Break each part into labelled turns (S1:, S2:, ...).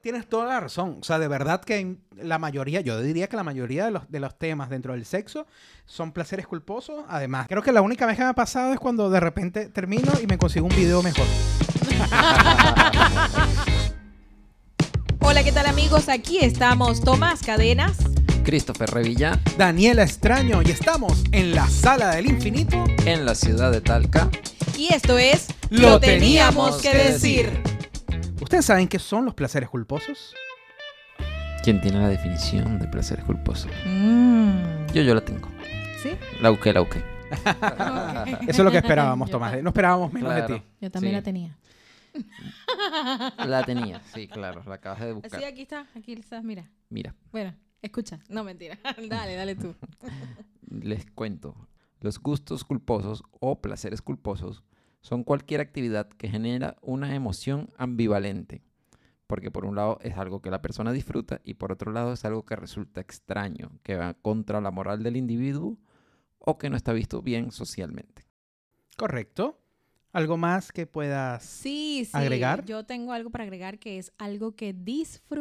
S1: tienes toda la razón. O sea, de verdad que en la mayoría, yo diría que la mayoría de los, de los temas dentro del sexo son placeres culposos. Además, creo que la única vez que me ha pasado es cuando de repente termino y me consigo un video mejor.
S2: Hola, ¿qué tal amigos? Aquí estamos Tomás Cadenas.
S3: Christopher Revilla,
S1: Daniela Extraño y estamos en la sala del infinito.
S3: en la ciudad de Talca.
S2: Y esto es
S1: Lo
S3: teníamos que decir.
S1: ¿Ustedes saben qué son los placeres culposos?
S3: ¿Quién tiene la definición de placer culposo?
S2: Mm,
S3: Yo, yo la tengo.
S2: ¿Sí?
S3: La busqué, la busqué.
S1: Eso es lo que esperábamos,
S4: Yo
S1: Tomás.
S4: tam-
S1: No esperábamos menos de
S3: Claro.
S1: ti.
S4: Yo también
S3: Sí.
S4: la tenía.
S3: La tenía, sí, claro, la acabas de buscar.
S2: Así aquí está, aquí está, mira.
S3: Mira,
S2: Bueno, escucha. No, mentira. dale, dale tú.
S3: les cuento. Los gustos culposos o placeres culposos son cualquier actividad que genera una emoción ambivalente. Porque por un lado es algo que la persona disfruta y por otro lado es algo que resulta extraño, que va contra la moral del individuo o que no está visto bien socialmente.
S1: Correcto. ¿Algo más que puedas?
S2: Sí, sí.
S1: ¿Agregar?
S2: Yo tengo algo para agregar que es algo que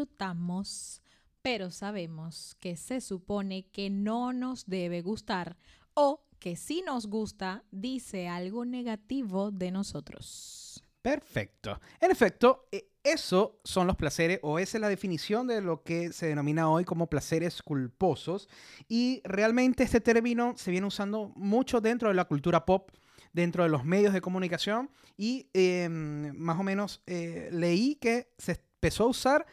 S2: disfrutamos, pero sabemos que se supone que no nos debe gustar o que si nos gusta, dice algo negativo de nosotros.
S1: Perfecto. En efecto, e- eso son los placeres o esa es la definición de lo que se denomina hoy como placeres culposos. Y realmente este término se viene usando mucho dentro de la cultura pop, dentro de los medios de comunicación y em, más o menos eh, leí que se empezó a usar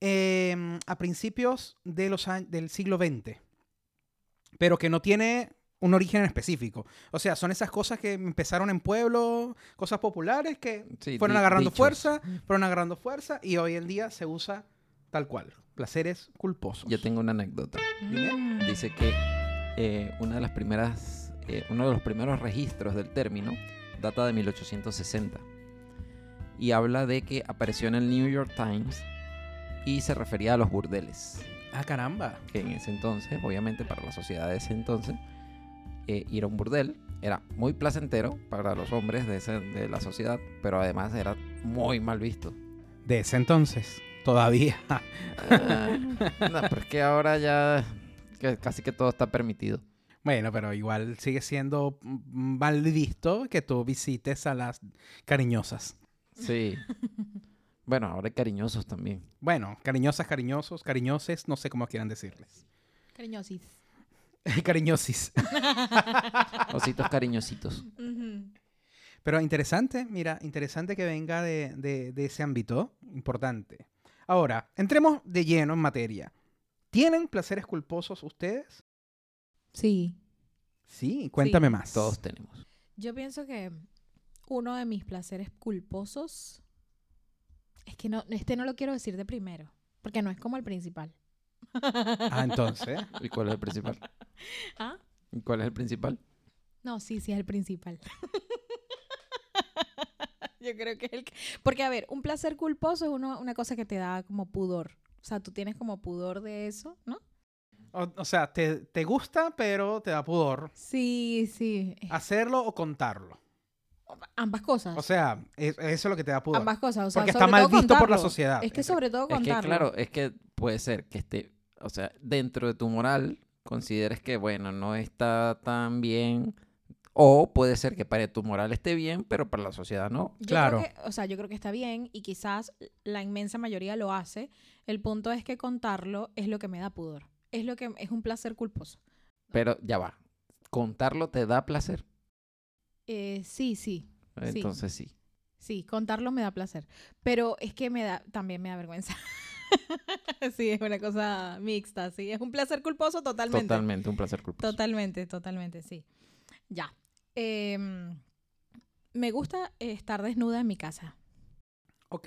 S1: em, a principios de los a- del siglo XX, pero que no tiene un origen en específico. O sea, son esas cosas que empezaron en pueblos, cosas populares que
S3: Sí,
S1: fueron
S3: di-
S1: agarrando
S3: dichos.
S1: fuerza, fueron agarrando fuerza y hoy en día se usa tal cual. Placeres culposos.
S3: Yo tengo una anécdota.
S2: Mm.
S3: Dice que eh, una de las primeras, eh, uno de los primeros registros del término data de 1860 y habla de que apareció en el New York Times y se refería a los burdeles,
S1: Ah, caramba.
S3: que en ese entonces, obviamente para la sociedad de ese entonces, eh, ir a un burdel era muy placentero para los hombres de, ese- de la sociedad, pero además era muy mal visto.
S1: De ese entonces, todavía.
S3: Ah, no, pero es que ahora ya que casi que todo está permitido.
S1: Bueno, pero igual sigue siendo mm, mal visto que tú visites a las cariñosas.
S3: Sí. Bueno, ahora hay cariñosos también.
S1: Bueno, cariñosas, cariñosos, cariñoses, no sé cómo quieran decirles.
S2: Cariñosis.
S1: Cariñosis.
S3: Ositos cariñositos.
S2: Ujú.
S1: Pero interesante, mira, interesante que venga de, de- de ese ámbito importante. Ahora, entremos de lleno en materia. ¿Tienen placeres culposos ustedes?
S2: Sí.
S1: Sí, cuéntame más.
S3: Todos tenemos.
S2: Yo pienso que uno de mis placeres culposos es que no, este no lo quiero decir de primero, porque no es como el principal.
S1: Ah, entonces.
S3: ¿Y cuál es el principal?
S2: ¿Ah?
S3: ¿Y cuál es el principal?
S2: No, sí, sí es el principal. Yo creo que es el que... Porque, a ver, un placer culposo es uno- una cosa que te da como pudor. O sea, tú tienes como pudor de eso, ¿no?
S1: O, o sea, te, te gusta, pero te da pudor
S2: Sí, sí. eh,
S1: hacerlo o contarlo.
S2: Ambas cosas.
S1: O sea, es- eso es lo que te da pudor.
S2: ambas cosas. O sea,
S1: porque está
S2: sobre
S1: mal
S2: todo
S1: visto por la
S2: contarlo.
S1: sociedad.
S2: Es que sobre todo
S3: Es
S2: contarlo.
S3: que, claro, es que puede ser que esté, o sea, dentro de tu moral, consideres que, bueno, no está tan bien. O puede ser que para tu moral esté bien, pero para la sociedad no.
S2: Yo
S1: Claro.
S2: creo que- o sea, yo creo que está bien y quizás la inmensa mayoría lo hace. El punto es que contarlo es lo que me da pudor. Es lo que es un placer culposo.
S3: Pero ya va. Contarlo te da placer.
S2: Eh, sí, sí. Sí.
S3: Entonces sí.
S2: Sí, contarlo me da placer, pero es que me da, también me da vergüenza. sí, es una cosa mixta, sí, es un placer culposo totalmente.
S3: Totalmente un placer culposo.
S2: Totalmente, totalmente, sí. Ya. Em, me gusta eh, estar desnuda en mi casa,
S1: Ok.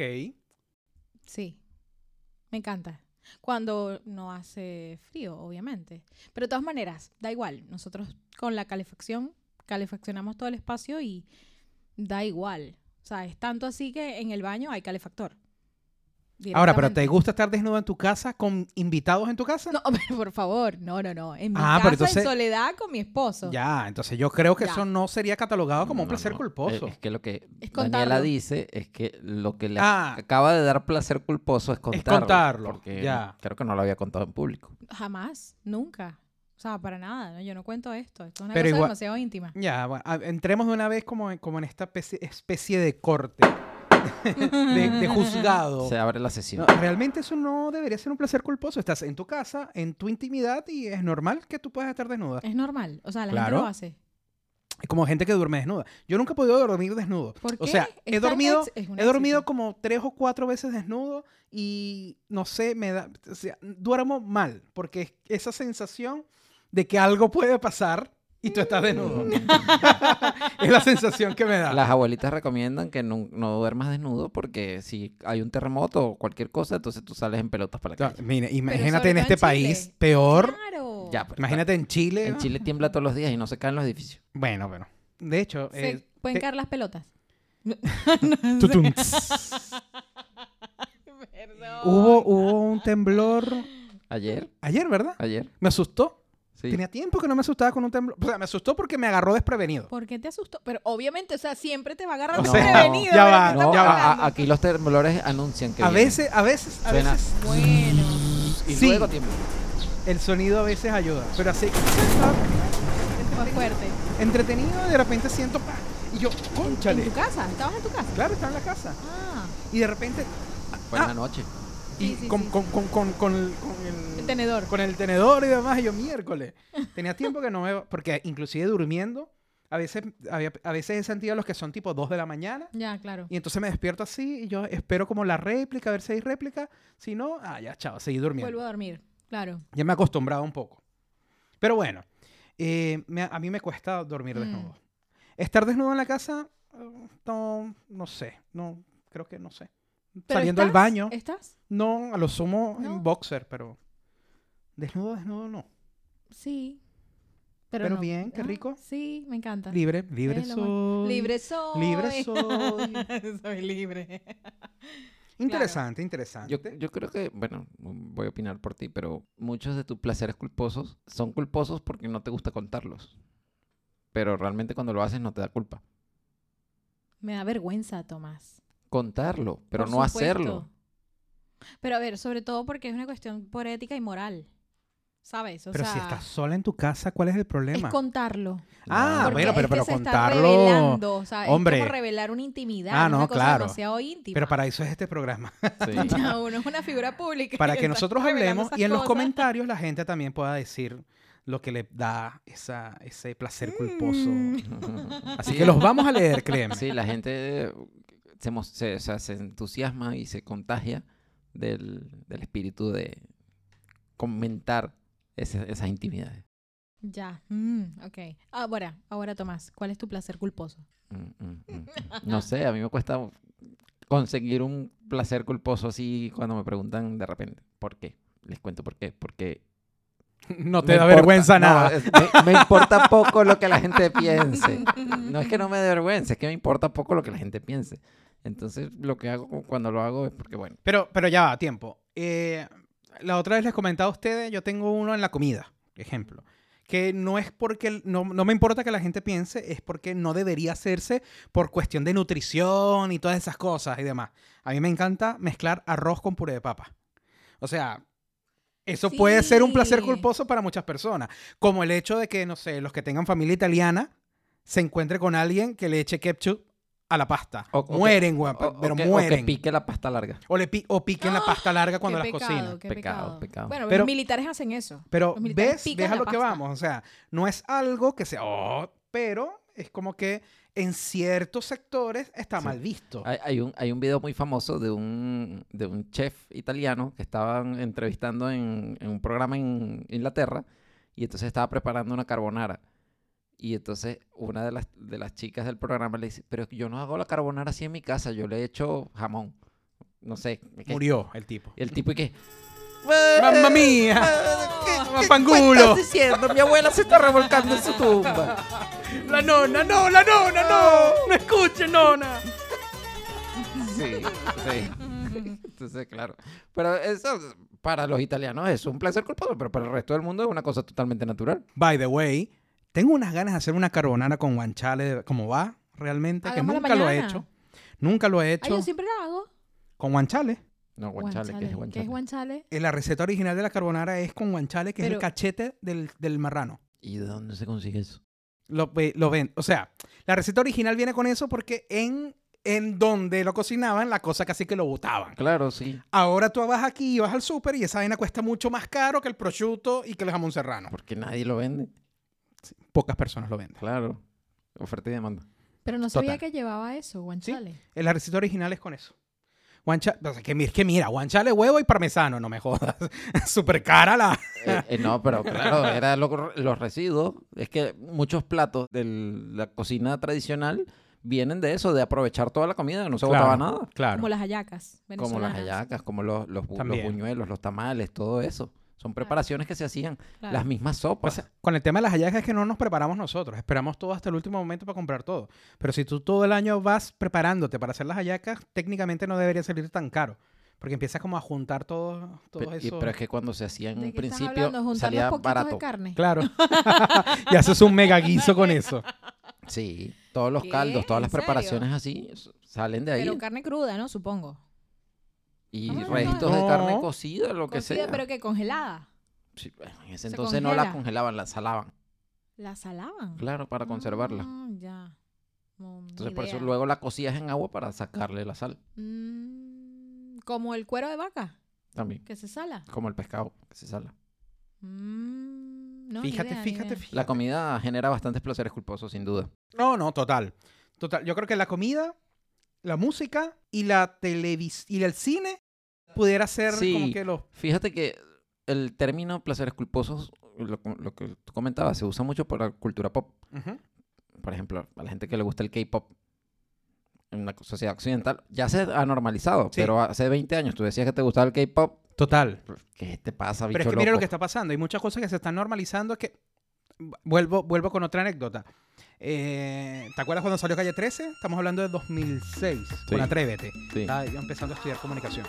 S2: sí. Me encanta. Cuando no hace frío, obviamente. Pero de todas maneras, da igual. Nosotros con la calefacción, calefaccionamos todo el espacio y da igual. O sea, es tanto así que en el baño hay calefactor.
S1: Ahora, ¿pero te
S2: directamente.
S1: gusta estar desnudo en tu casa con invitados en tu casa?
S2: No, hombre, por favor, no, no, no. En mi
S1: Ah,
S2: casa
S1: pero entonces-
S2: en soledad con mi esposo.
S1: Ya, entonces yo creo que
S2: Ya.
S1: eso no Eh, sería catalogado como
S3: No,
S1: un placer
S3: no.
S1: culposo.
S3: Es, es que lo que
S2: Es
S3: Daniela
S2: contarlo.
S3: dice es que lo que le
S1: Ah.
S3: acaba de dar placer culposo es contarlo.
S1: contarlo,
S3: Porque
S1: ya.
S3: creo que no lo había contado en público.
S2: Jamás, nunca. O sea, para nada. ¿no? Yo no cuento esto. Esto es una
S1: Pero
S2: cosa
S1: igual-
S2: demasiado íntima.
S1: Ya, bueno, a- entremos de una vez como en, como en esta especie, especie de corte, de, de juzgado.
S3: Se abre la sesión.
S1: No, realmente eso no debería ser un placer culposo. Estás en tu casa, en tu intimidad y es normal que tú puedas estar desnuda.
S2: Es normal. O sea, la
S1: Claro.
S2: gente lo hace.
S1: Es como gente que duerme desnuda. Yo nunca he podido dormir desnudo.
S2: ¿Por
S1: O
S2: qué?
S1: sea, he
S2: Es tan
S1: dormido,
S2: ex- es un
S1: he dormido
S2: éxito.
S1: como tres o cuatro veces desnudo y no sé, me da, o sea, duermo mal porque es esa sensación de que algo puede pasar y tú estás desnudo. es Mm. la sensación que me da.
S3: Las abuelitas recomiendan que no, no duermas desnudo porque si hay un terremoto o cualquier cosa, entonces tú sales en pelotas para
S1: O sea,
S3: acá.
S1: mire,
S2: sobre
S1: imagínate en
S2: todo en
S1: este
S2: Chile. Ah.
S1: país peor.
S2: Claro.
S3: Ya, pero
S1: Imagínate en Chile.
S3: En
S1: ¿no?
S3: Chile tiembla todos los días y no se caen los edificios.
S1: Bueno, bueno. De hecho,
S2: ¿Se
S1: eh,
S2: pueden
S1: te-
S2: caer las pelotas?
S1: tutum, tss. hubo, hubo un temblor
S3: Ayer,
S1: ayer, ¿verdad?
S3: ayer.
S1: Me asustó.
S3: Sí.
S1: Tenía tiempo que no me asustaba con un temblor. O sea, me asustó porque me agarró desprevenido.
S2: ¿Por qué te asustó? Pero obviamente, o sea, siempre te va a agarrar
S3: O sea,
S2: desprevenido.
S1: ya
S2: ¿de
S1: va,
S2: qué estamos
S3: No,
S1: ya va.
S3: a- a-
S2: hablando?
S3: aquí los temblores anuncian que
S1: A
S3: vienen.
S1: veces, a veces, a
S3: Suena.
S1: veces
S2: Bueno.
S3: y
S1: sí.
S3: luego tiembla.
S1: el sonido a veces ayuda. Pero así,
S2: Fue fuerte.
S1: entretenido, de repente siento pa, y yo,
S2: ¿En
S1: conchale.
S2: tu casa? ¿Estabas en tu casa?
S1: Claro, estaba en la casa.
S2: Ah,
S1: Y de repente,
S3: Buenas
S1: Ah.
S3: noches.
S1: y
S2: Sí, sí,
S1: con,
S2: sí,
S1: con- con- con- con el, con el-
S2: el tenedor.
S1: con el tenedor y demás, y yo miércoles. Tenía tiempo que no me... Porque inclusive durmiendo, a veces, había- a veces he sentido los que son tipo 2 de la mañana.
S2: Ya, claro.
S1: Y entonces me despierto así y yo espero como la réplica, a ver si hay réplica. Si no, ah, ya, chao, seguí durmiendo.
S2: Vuelvo a dormir. Claro.
S1: Ya me he acostumbrado un poco. Pero bueno, eh, me- a mí me cuesta dormir
S2: Mm.
S1: desnudo. Estar desnudo en la casa, eh, no, no sé, no, creo que no sé.
S2: Pero
S1: Saliendo del
S2: ¿estás?
S1: baño,
S2: ¿Estás?
S1: no, a lo sumo
S2: No.
S1: en boxer, pero desnudo, desnudo no.
S2: Sí. Pero,
S1: Pero
S2: no.
S1: bien, qué
S2: Ah,
S1: rico.
S2: sí, me encanta.
S1: Libre, libre
S2: Es lo
S1: soy.
S2: Libre soy.
S1: Libre soy.
S2: soy libre.
S1: interesante, interesante.
S3: Yo, yo creo que, bueno, mm, voy a opinar por ti, pero muchos de tus placeres culposos son culposos porque no te gusta contarlos. Pero realmente cuando lo haces no te da culpa.
S2: Me da vergüenza, Tomás.
S3: Contarlo, pero
S2: Por
S3: no
S2: supuesto.
S3: hacerlo.
S2: Pero a ver, sobre todo porque es una cuestión por ética y moral. ¿Sabes? O
S1: pero
S2: sea,
S1: si estás sola en tu casa, ¿cuál es el problema?
S2: es contarlo.
S1: Ah,
S2: Porque
S1: bueno, pero-
S2: es que se está
S1: contarlo,
S2: revelando, o sea,
S1: hombre.
S2: Es como revelar una intimidad.
S1: Ah,
S2: es una
S1: no,
S2: cosa
S1: claro.
S2: demasiado íntima.
S1: Pero para eso es este programa.
S3: Sí.
S2: Ya, uno es una figura pública.
S1: para
S2: y
S1: que
S2: está
S1: nosotros
S2: revelando
S1: hablemos
S2: esas
S1: y en los
S2: cosas.
S1: comentarios la gente también pueda decir lo que le da esa, ese placer culposo.
S2: Mm.
S1: Así que los vamos a leer, créeme.
S3: Sí, la gente se, emo- se- o sea, se entusiasma y se contagia del, del espíritu de comentar ese- esas intimidades.
S2: Ya, mm, ok. Ahora, ahora Tomás, ¿cuál es tu placer culposo?
S3: Mm, mm, mm. No sé, a mí me cuesta conseguir un placer culposo así cuando me preguntan de repente, ¿por qué? Les cuento por qué. Porque
S1: No te
S3: me
S1: da
S3: importa-
S1: vergüenza
S3: no,
S1: nada.
S3: es- me, me importa poco lo que la gente piense.
S1: Mm.
S3: No es que no me dé vergüenza, es que me importa poco lo que la gente piense. Entonces, lo que hago cuando lo hago es porque, bueno,
S1: Pero, pero ya va, tiempo. Eh, la otra vez les comentaba a ustedes, yo tengo uno en la comida, ejemplo. Que no es porque, no, no me importa que la gente piense, es porque no debería hacerse por cuestión de nutrición y todas esas cosas y demás. A mí me encanta mezclar arroz con puré de papa. O sea, eso puede ser un placer
S2: Sí.
S1: culposo para muchas personas. Como el hecho de que, no sé, los que tengan familia italiana se encuentre con alguien que le eche ketchup a la pasta.
S3: O- o que-
S1: mueren, guapa,
S3: O- o
S1: pero
S3: que-
S1: mueren.
S3: O que pique la pasta larga.
S1: O, le pi- o piquen la pasta larga cuando las
S2: ¡Ah! qué pecado,
S1: cocinan.
S2: qué
S3: Pecado,
S2: pecado.
S3: pecado.
S2: Bueno,
S1: Pero-
S2: los militares hacen eso.
S1: Pero
S2: Los militares
S1: ves,
S2: pican
S1: ves a
S2: la
S1: lo que
S2: pasta.
S1: vamos. O sea, no es algo que sea, "Oh", pero es como que en ciertos sectores está
S3: Sí.
S1: mal visto.
S3: Hay, hay un, hay un video muy famoso de un, de un chef italiano que estaban entrevistando en, en un programa en Inglaterra y entonces estaba preparando una carbonara. Y entonces una de las, de las chicas del programa le dice, pero yo no hago la carbonara así en mi casa, yo le echo jamón. No sé. ¿qué?
S1: Murió el tipo.
S3: Y el tipo y que...
S1: ¡Mamma mía!
S3: ¿Qué,
S1: qué- pangulo! estás
S3: diciendo? Mi abuela se está revolcando en su tumba.
S1: ¡La nona, no! ¡La nona, no! ¡No escuche, nona!
S3: Sí, sí. Entonces, claro. Pero eso para los italianos es un placer culposo, pero para el resto del mundo es una cosa totalmente natural.
S1: By the way, tengo unas ganas de hacer una carbonara con guanchales, como va realmente, que
S2: Hagámosla
S1: nunca lo he
S2: mañana.
S1: hecho. Nunca lo he
S2: Ah,
S1: hecho
S2: yo siempre la hago.
S1: con guanchales.
S3: No, guanchale, que es
S2: Guanchale. ¿Qué es
S3: guanchale.
S2: guanchale?
S1: Eh, La receta original de la carbonara es con guanchales, que es el
S2: Pero-
S1: cachete del, del marrano.
S3: ¿Y de dónde se consigue eso?
S1: Lo, ve- lo ven. O sea, la receta original viene con eso porque en, en donde lo cocinaban, la cosa casi que lo botaban.
S3: Claro, sí.
S1: Ahora tú vas aquí y vas al súper y esa vaina cuesta mucho más caro que el prosciutto y que el jamón serrano.
S3: Porque nadie lo vende.
S1: Pocas personas lo venden.
S3: Claro. Oferta y demanda.
S2: Pero no sabía
S1: Total.
S2: que llevaba eso, guanchale.
S1: Eh, La receta original es con eso. Guancha, o sea, que, mi- que mira, guanchale huevo y parmesano, no me jodas. Súper cara la...
S3: Eh, eh, no, pero claro, era lo- los residuos. Es que muchos platos de la cocina tradicional vienen de eso, de aprovechar toda la comida, no se
S1: Claro,
S3: botaba nada.
S1: Claro.
S2: Como las hallacas
S3: Como las
S2: venezolanas.
S3: hallacas, como los, los, bu- los
S1: También.
S3: buñuelos, los tamales, todo eso. Son preparaciones que se hacían,
S2: Claro.
S3: las mismas
S1: O
S3: sopas.
S1: sea, Pues, con el tema de las hallacas es que no nos preparamos nosotros, esperamos todo hasta el último momento para comprar todo. Pero si tú todo el año vas preparándote para hacer las hallacas, técnicamente no debería salir tan caro, porque empiezas como a juntar todo, todo
S3: Pe- y-
S1: eso.
S3: pero es que cuando se hacía en
S2: ¿De
S3: un
S2: qué estás
S3: principio
S2: hablando? Juntar los
S3: salía
S2: poquitos
S3: barato.
S2: de carne.
S1: Claro. y haces un mega guiso con eso.
S3: Sí, todos los
S2: ¿Qué?
S3: caldos, todas las
S2: ¿En serio?
S3: preparaciones así s- salen de ahí.
S2: Pero carne cruda, ¿no? Supongo.
S3: y
S2: Estamos hablando
S3: restos
S1: de-
S3: de carne
S1: No.
S3: cocida, lo que
S2: Cocida,
S3: sea.
S2: pero que congelada.
S3: Sí, bueno, en ese
S2: se
S3: entonces no la
S2: congela.
S3: congelaban, la salaban.
S2: La salaban.
S3: Claro, para conservarla.
S2: Ah, ya. No, ni
S3: Entonces, por eso
S2: idea.
S3: luego la cocías en agua para sacarle la sal
S2: Mm, como el cuero de vaca,
S3: también.
S2: que se sala.
S3: Como el pescado que se sala.
S2: Mm, no, ni
S1: fíjate,
S2: idea, ni
S1: fíjate,
S2: idea.
S1: fíjate.
S3: La comida genera bastantes placeres culposos, sin duda.
S1: No, no, total. Total. Yo creo que la comida, la música y la televis y el cine pudiera ser como
S3: Sí.
S1: que los
S3: Fíjate que el término placeres culposos, lo, lo que tú comentabas, se usa mucho para cultura pop.
S1: Ujú.
S3: Por ejemplo, a la gente que le gusta el K-pop en la sociedad occidental, ya se ha normalizado,
S1: Sí.
S3: pero hace 20 años tú decías que te gustaba el K-pop.
S1: Total.
S3: ¿Qué te pasa, bicho
S1: Pero es que mira lo
S3: loco?
S1: que está pasando. Hay muchas cosas que se están normalizando que... Vuelvo, vuelvo con otra anécdota. Eh, ¿Te acuerdas cuando salió Calle 13? Estamos hablando de 2006. Con
S3: Sí.
S1: Atrévete.
S3: Sí,
S1: Estaba yo empezando a estudiar comunicación.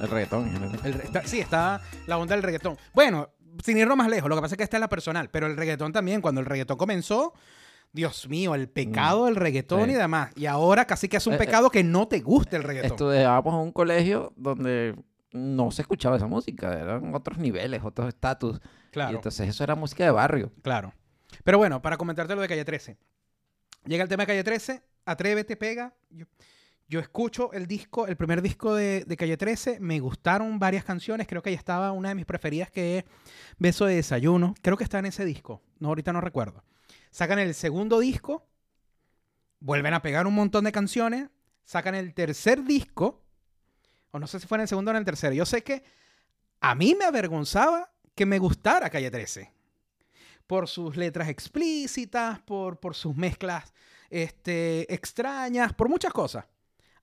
S3: el reggaetón. en general.
S1: Ah. El re- está- sí, está la onda del reggaetón. Bueno, sin irnos más lejos, lo que pasa es que esta es la personal, pero el reggaetón también, cuando el reggaetón comenzó, Dios mío, el pecado del reggaetón
S3: Mm. Sí.
S1: y demás. Y ahora casi que es un
S3: Eh, eh.
S1: pecado que no te guste el reggaetón.
S3: Estudiábamos en un colegio donde no se escuchaba esa música, eran otros niveles, otros estatus. Y
S1: claro,
S3: entonces eso era música de barrio.
S1: claro. Pero bueno, para comentarte lo de Calle 13. Llega el tema de Calle 13, Atrévete, pega. Yo, yo escucho el disco, el primer disco de, de Calle 13, me gustaron varias canciones, creo que ahí estaba una de mis preferidas que es Beso de Desayuno, creo que está en ese disco, no, ahorita no recuerdo. Sacan el segundo disco, vuelven a pegar un montón de canciones, sacan el tercer disco, o no sé si fue en el segundo o en el tercero, yo sé que a mí me avergonzaba que me gustara Calle 13, por sus letras explícitas, por, por sus mezclas este, extrañas, por muchas cosas.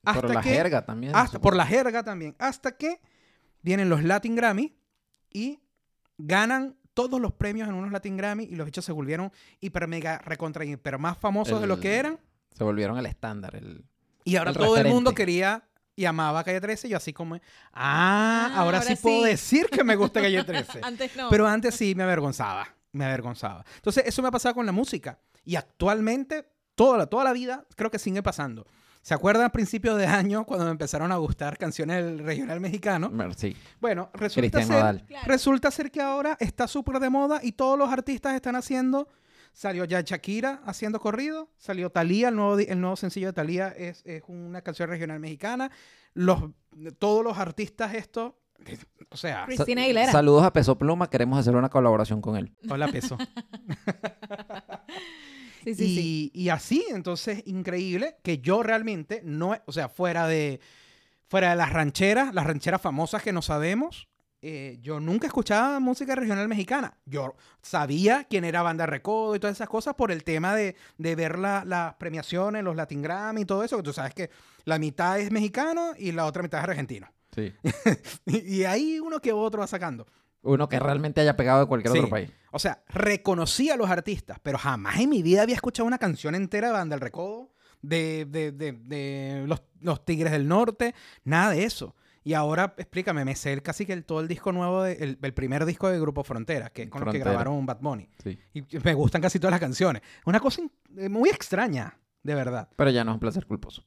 S3: por la jerga también.
S1: Hasta, por
S3: supongo.
S1: la jerga también. Hasta que vienen los Latin Grammy y ganan todos los premios en unos Latin Grammy y los bichos se volvieron hiper mega recontra hiper más famosos de lo
S3: El-
S1: que eran.
S3: Se volvieron el estándar. El...
S1: Y ahora
S3: el
S1: todo el mundo
S3: referente.
S1: quería y amaba Calle 13 y yo así como, ah, ahora,
S2: ahora
S1: sí, puedo
S2: sí.
S1: decir que me gusta Calle 13.
S2: Antes no.
S1: Pero antes sí me avergonzaba, me avergonzaba. Entonces eso me ha pasado con la música y actualmente toda la, toda la vida creo que sigue pasando. ¿Se acuerdan a principios de año cuando me empezaron a gustar canciones del regional mexicano?
S3: Mer- Sí,
S1: Bueno, resulta
S3: Cristian
S1: ser,
S3: Nodal.
S2: Claro.
S1: resulta ser que ahora está súper de moda y todos los artistas están haciendo. Salió ya Shakira haciendo corrido, salió Thalía, el nuevo, di- el nuevo sencillo de Thalía es, es una canción regional mexicana. Los, todos los artistas, esto. O sea,
S2: Chris- Cristina Aguilera.
S3: Saludos a Peso Pluma, queremos hacer una colaboración con él.
S1: hola peso.
S2: Sí, sí, sí.
S1: y, y así, entonces, increíble que yo realmente no, he- o sea, fuera de, fuera de las rancheras, las rancheras famosas que no sabemos, eh, yo nunca escuchaba música regional mexicana. Yo sabía quién era Banda Recodo y todas esas cosas por el tema de, de ver la- las premiaciones, los Latin Grammy y todo eso, que tú sabes que la mitad es mexicano y la otra mitad es argentino.
S3: Sí.
S1: Y, ahí uno que otro va sacando.
S3: Uno que realmente haya pegado de cualquier
S1: Sí.
S3: otro país.
S1: O sea, reconocí a los artistas, pero jamás en mi vida había escuchado una canción entera de Banda del Recodo, de, de- de- de los, los Tigres del Norte, nada de eso. Y ahora, explícame, me sé el- casi que el, todo el disco nuevo, de- el, el primer disco de Grupo Fronteras, que es con el que
S3: Frontera.
S1: grabaron Bad Bunny.
S3: Sí.
S1: Y me gustan casi todas las canciones. Una cosa in- eh, muy extraña, de verdad.
S3: Pero ya no es un placer culposo.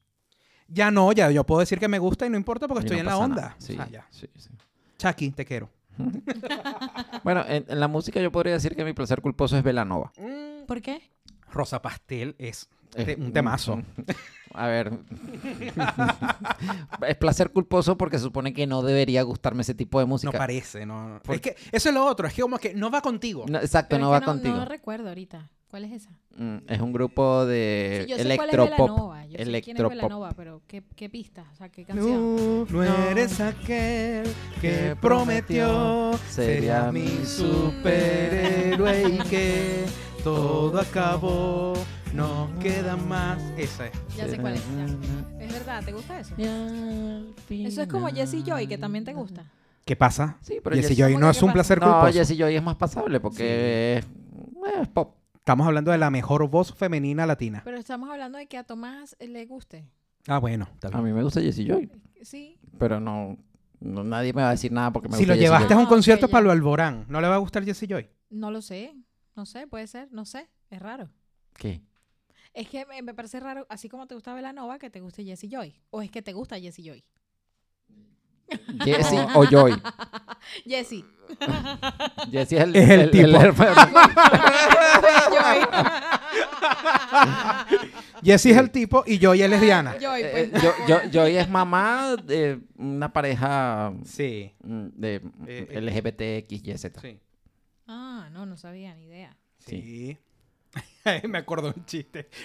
S1: Ya no, ya yo puedo decir que me gusta y no importa
S3: Y
S1: porque estoy
S3: no
S1: en la
S3: pasa
S1: onda.
S3: nada. Sí,
S1: O sea, ya.
S3: sí, sí.
S1: Chucky, te quiero.
S3: Bueno, en, en la música yo podría decir que mi placer culposo es Velanova.
S2: ¿Por qué?
S1: Rosa Pastel es
S3: Es
S1: te- un temazo.
S3: Este, A ver. es placer culposo porque se supone que no debería gustarme ese tipo de
S1: No
S3: música.
S1: parece, no.
S3: Por-
S1: Es que eso es lo otro, es que como que no va contigo.
S3: No, exacto,
S2: Pero
S3: no
S2: es
S3: va
S2: que
S3: contigo.
S2: No recuerdo ahorita. ¿Cuál es esa?
S3: Mm, es un grupo de
S2: Sí, yo sé cuál es
S3: Eh, electropop.
S2: Velanova. Yo sé quién es
S3: Electropop.
S2: Velanova, pero ¿qué, qué pista? O sea, ¿qué canción?
S1: No, no
S3: No.
S1: eres aquel que
S3: Que
S1: prometió
S3: prometió
S1: sería
S3: ser
S1: mi
S3: mi
S1: superhéroe y que todo
S3: todo
S1: acabó, no queda más. Esa es.
S2: Ya sé cuál es. ya. Es verdad, ¿te gusta eso? Eso es como Jesse Joy, que también te gusta.
S1: ¿Qué pasa?
S3: Sí, pero
S1: Y si
S3: Jesse-
S1: yo
S2: ¿Cómo
S1: no
S2: que
S1: es
S2: qué
S1: un
S2: pasa?
S1: placer
S3: No,
S1: culposo.
S3: Jesse Joy es más pasable porque es, es pop.
S1: Estamos hablando de la mejor voz femenina latina.
S2: Pero estamos hablando de que a Tomás le guste.
S1: Ah, bueno, está
S3: A
S1: bien.
S3: mí me gusta Jesse Joy,
S2: Sí.
S3: pero no, no- nadie me va a decir nada porque me
S1: Si
S3: gusta
S1: lo
S3: Jesse
S1: llevaste
S3: Joy.
S1: a un
S2: Ah,
S1: concierto
S2: ok,
S1: para
S2: ya.
S1: lo Alborán, ¿no le va a gustar Jesse Joy?
S2: No lo sé. No sé, puede ser. No sé. Es raro.
S3: ¿Qué?
S2: Es que me, me parece raro, así como te gusta Velanova, que te guste Jesse Joy. O es que te gusta Jesse Joy.
S3: Jesse o Joy.
S2: Jesse.
S3: Jesse es el,
S1: Es el tipo. pues
S3: hermano.
S2: Joy.
S1: Jesse es el tipo y Joy es lesbiana.
S2: Joy,
S3: Eh,
S2: pues.
S3: eh, Yo- yo- Joy es mamá de una pareja
S1: Sí,
S3: mm, de
S1: Eh, eh.
S3: LGBTXYZ.
S1: sí.
S2: Ah, no, no sabía ni idea.
S1: Sí. me acordó un chiste.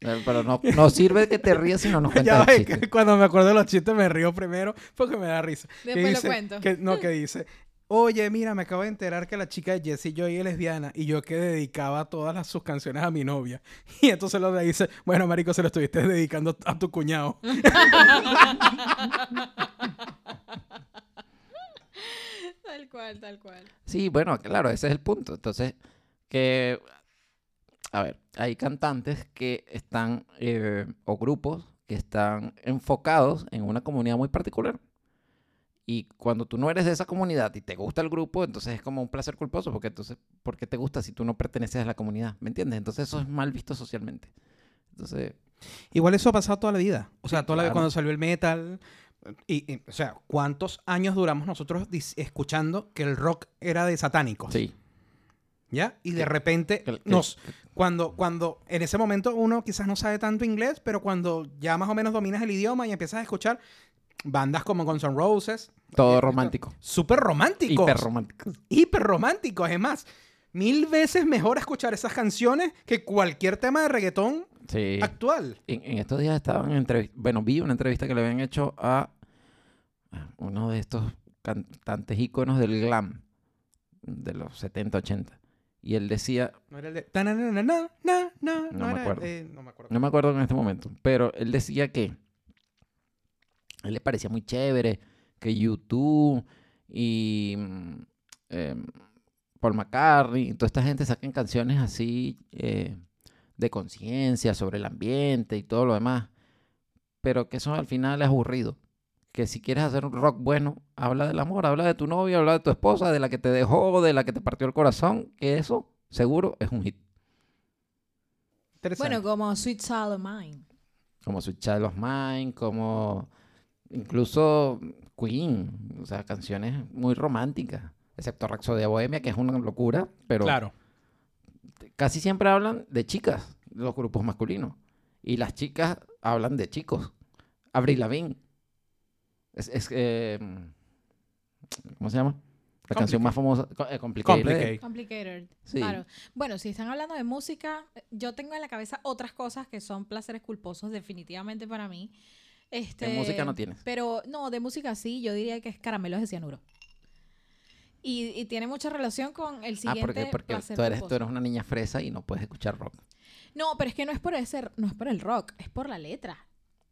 S3: Eh, Pero no, no sirve que te rías si no nos
S1: Ya
S3: cuentas
S1: ves
S3: el chiste.
S1: que cuando me acuerdo de los chistes me río primero porque me da risa. Que
S2: Después lo
S1: dice-
S2: cuento.
S1: que- no, que dice, oye, mira, me acabo de enterar que la chica de Jesse Joy es lesbiana y yo que dedicaba todas las- sus canciones a mi novia. Y entonces lo le dice, bueno, marico, se lo estuviste dedicando a tu cuñado.
S2: Tal cual, tal cual.
S3: Sí, bueno, claro, ese es el punto. Entonces, que, a ver, hay cantantes que están, eh, o grupos que están enfocados en una comunidad muy particular. Y cuando tú no eres de esa comunidad y te gusta el grupo, entonces es como un placer culposo, porque entonces, ¿por qué te gusta si tú no perteneces a la comunidad? ¿Me entiendes? Entonces eso es mal visto socialmente. Entonces,
S1: Igual eso ha pasado toda la vida. O sea, toda la vida
S3: claro.
S1: cuando salió el metal. Y, y, o sea, ¿cuántos años duramos nosotros dis- escuchando que el rock era de satánicos?
S3: sí.
S1: ¿Ya? Y de
S3: Que-
S1: repente
S3: que- que-
S1: nos... Cuando, cuando en ese momento uno quizás no sabe tanto inglés, pero cuando ya más o menos dominas el idioma y empiezas a escuchar bandas como Guns N' Roses,
S3: Todo romántico.
S1: súper románticos,
S3: Hiper romántico.
S1: hiper románticos, es más. Mil veces mejor escuchar esas canciones que cualquier tema de reggaetón Ah,
S3: Sí.
S1: actual.
S3: En, en estos días estaban entrevistando, bueno, vi una entrevista que le habían hecho a a uno de estos cantantes íconos del glam de los 70, 80. Y él decía,
S1: No era el de... tananana, na, na, na,
S3: No me
S1: era-
S3: acuerdo.
S1: eh, no me acuerdo.
S3: no me acuerdo en este momento, pero él decía que a él le parecía muy chévere que YouTube y mm, em, Paul McCartney y toda esta gente saquen canciones así eh, de conciencia sobre el ambiente y todo lo demás, pero que eso al final es aburrido. Que si quieres hacer un rock bueno, habla del amor, habla de tu novia, habla de tu esposa, de la que te dejó, de la que te partió el corazón, que eso seguro es un hit.
S1: Interesante.
S2: Bueno, como Sweet Child Mine.
S3: como Sweet Child of Mine, como incluso Queen, o sea, canciones muy románticas, excepto Rhapsody de Bohemia, que es una locura, pero
S1: claro.
S3: casi siempre hablan de chicas, los grupos masculinos, y las chicas hablan de chicos. Avril Lavigne, es, es, eh, ¿cómo se llama? La canción más famosa, co- eh, Complicated.
S1: Complicated.
S2: Complicated.
S3: Sí.
S2: Claro. Bueno, si están hablando de música, yo tengo en la cabeza otras cosas que son placeres culposos definitivamente para mí. Este,
S3: ¿Qué música no tienes?
S2: Pero no, de música sí, yo diría que es Caramelos de Cianuro. Y, y tiene mucha relación con el
S3: Ah,
S2: siguiente
S3: porque, porque
S2: placer
S3: tú, eres, tú
S2: culposo.
S3: eres una niña fresa y no puedes escuchar rock.
S2: No, pero es que no es por ese, no es por el rock, es por la letra.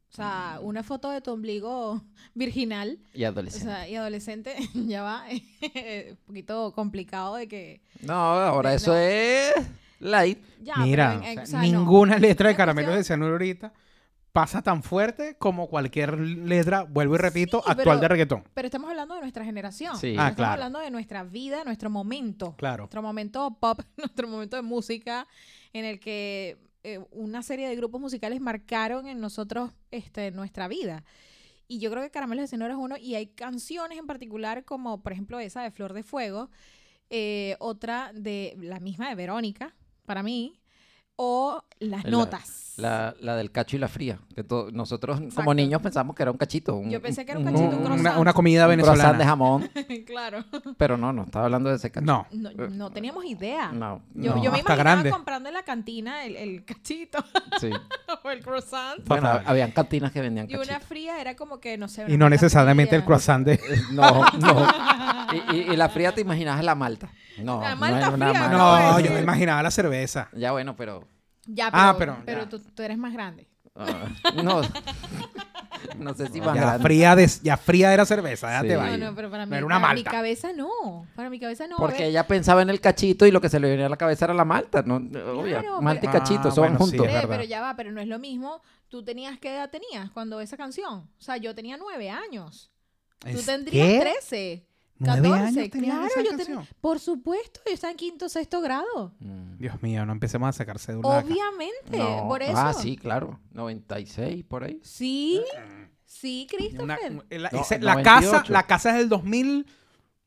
S2: O sea,
S3: Mm.
S2: una foto de tu ombligo virginal,
S3: Y
S2: o
S3: adolescente.
S2: sea, y adolescente, ya va eh, un poquito complicado de que
S3: No, ahora
S2: Eh,
S3: eso
S2: no.
S3: es light.
S2: ya,
S1: Mira,
S2: pero en- en-
S1: o
S2: o
S1: sea,
S2: sea, no.
S1: ninguna letra de
S2: La
S1: caramelos
S2: cuestión-
S1: de cianuro ahorita pasa tan fuerte como cualquier letra, vuelvo y repito,
S2: Sí,
S1: actual
S2: pero-
S1: de reggaetón.
S2: Pero estamos hablando de nuestra generación.
S3: Sí.
S1: Ah,
S2: estamos
S1: claro.
S2: hablando de nuestra vida, nuestro momento.
S1: Claro.
S2: Nuestro momento pop, nuestro momento de música, en el que eh, una serie de grupos musicales marcaron en nosotros este, nuestra vida. Y yo creo que Caramelos de Cianuro es uno. Y hay canciones en particular, como por ejemplo esa de Flor de Fuego, eh, otra de la misma de Verónica, para mí, o Las
S3: La-
S2: Notas.
S3: La, la del cacho y la fría. Que to- nosotros como
S2: Exacto.
S3: niños pensamos que era un cachito. un-
S2: Yo pensé que era
S3: un,
S1: Un-
S2: un cachito, un
S1: una,
S2: croissant.
S1: una comida
S3: un croissant de
S1: venezolana.
S3: jamón.
S2: claro.
S3: Pero no, no estaba hablando de ese cacho.
S1: No.
S2: No, no teníamos idea.
S3: No.
S2: Yo,
S1: No,
S2: yo me
S1: hasta
S2: imaginaba
S1: grande.
S2: comprando en la cantina el, el cachito
S3: Sí.
S2: o el croissant.
S3: Bueno,
S1: Fatal.
S3: habían cantinas que vendían
S2: Y una
S3: cachitos.
S2: fría era como que, no sé.
S1: Y
S2: una
S1: no
S2: marca
S1: necesariamente el
S2: fría.
S1: croissant de...
S3: No, no. Y, y- y la fría te imaginabas la malta. No,
S2: La
S3: no
S2: malta
S3: era una
S2: fría,
S3: malta.
S2: acabo de
S1: No, yo
S2: decir.
S1: me imaginaba la cerveza.
S3: Ya bueno, pero
S2: Ya, pero,
S1: Ah,
S2: pero,
S1: pero-
S3: ya.
S2: tú, tú eres más grande.
S3: ah, no. No sé si
S1: Ya,
S3: van
S1: la fría de- ya fría era cerveza, ya
S3: Sí.
S1: te
S3: No,
S1: va.
S2: No,
S3: Ahí.
S2: no, pero para mí,
S1: Era una
S2: para mi
S1: malta.
S2: cabeza no. Para mi cabeza no. eh.
S3: Porque
S2: Ve-
S3: ella pensaba en el cachito y lo que se le venía a la cabeza era la malta, ¿no? Obvio,
S2: pero-
S3: malta y
S1: Ah,
S3: cachito, eso van
S1: bueno, sí,
S3: juntos.
S1: es
S2: ve,
S1: verdad.
S2: pero ya va, pero no es lo mismo. ¿Tú tenías qué edad tenías cuando esa canción? O sea, yo tenía nueve años. Tú
S1: Es-
S2: tendrías
S1: ¿qué?
S2: trece.
S1: ¿Nueve
S2: catorce,
S1: años tenías
S2: claro,
S1: esa
S2: yo
S1: canción?
S2: tenía- Por supuesto, yo estaba en quinto, sexto grado.
S3: Mm.
S1: Dios mío, no empecemos a sacar cédula de acá.
S2: Obviamente,
S3: No.
S2: por eso.
S3: Ah, sí, claro. 96 por ahí.
S2: Sí, sí,
S1: Una-
S2: Christopher.
S1: la,
S3: No,
S1: ese-
S3: el
S1: la casa,
S3: 98.
S1: la casa es del 2001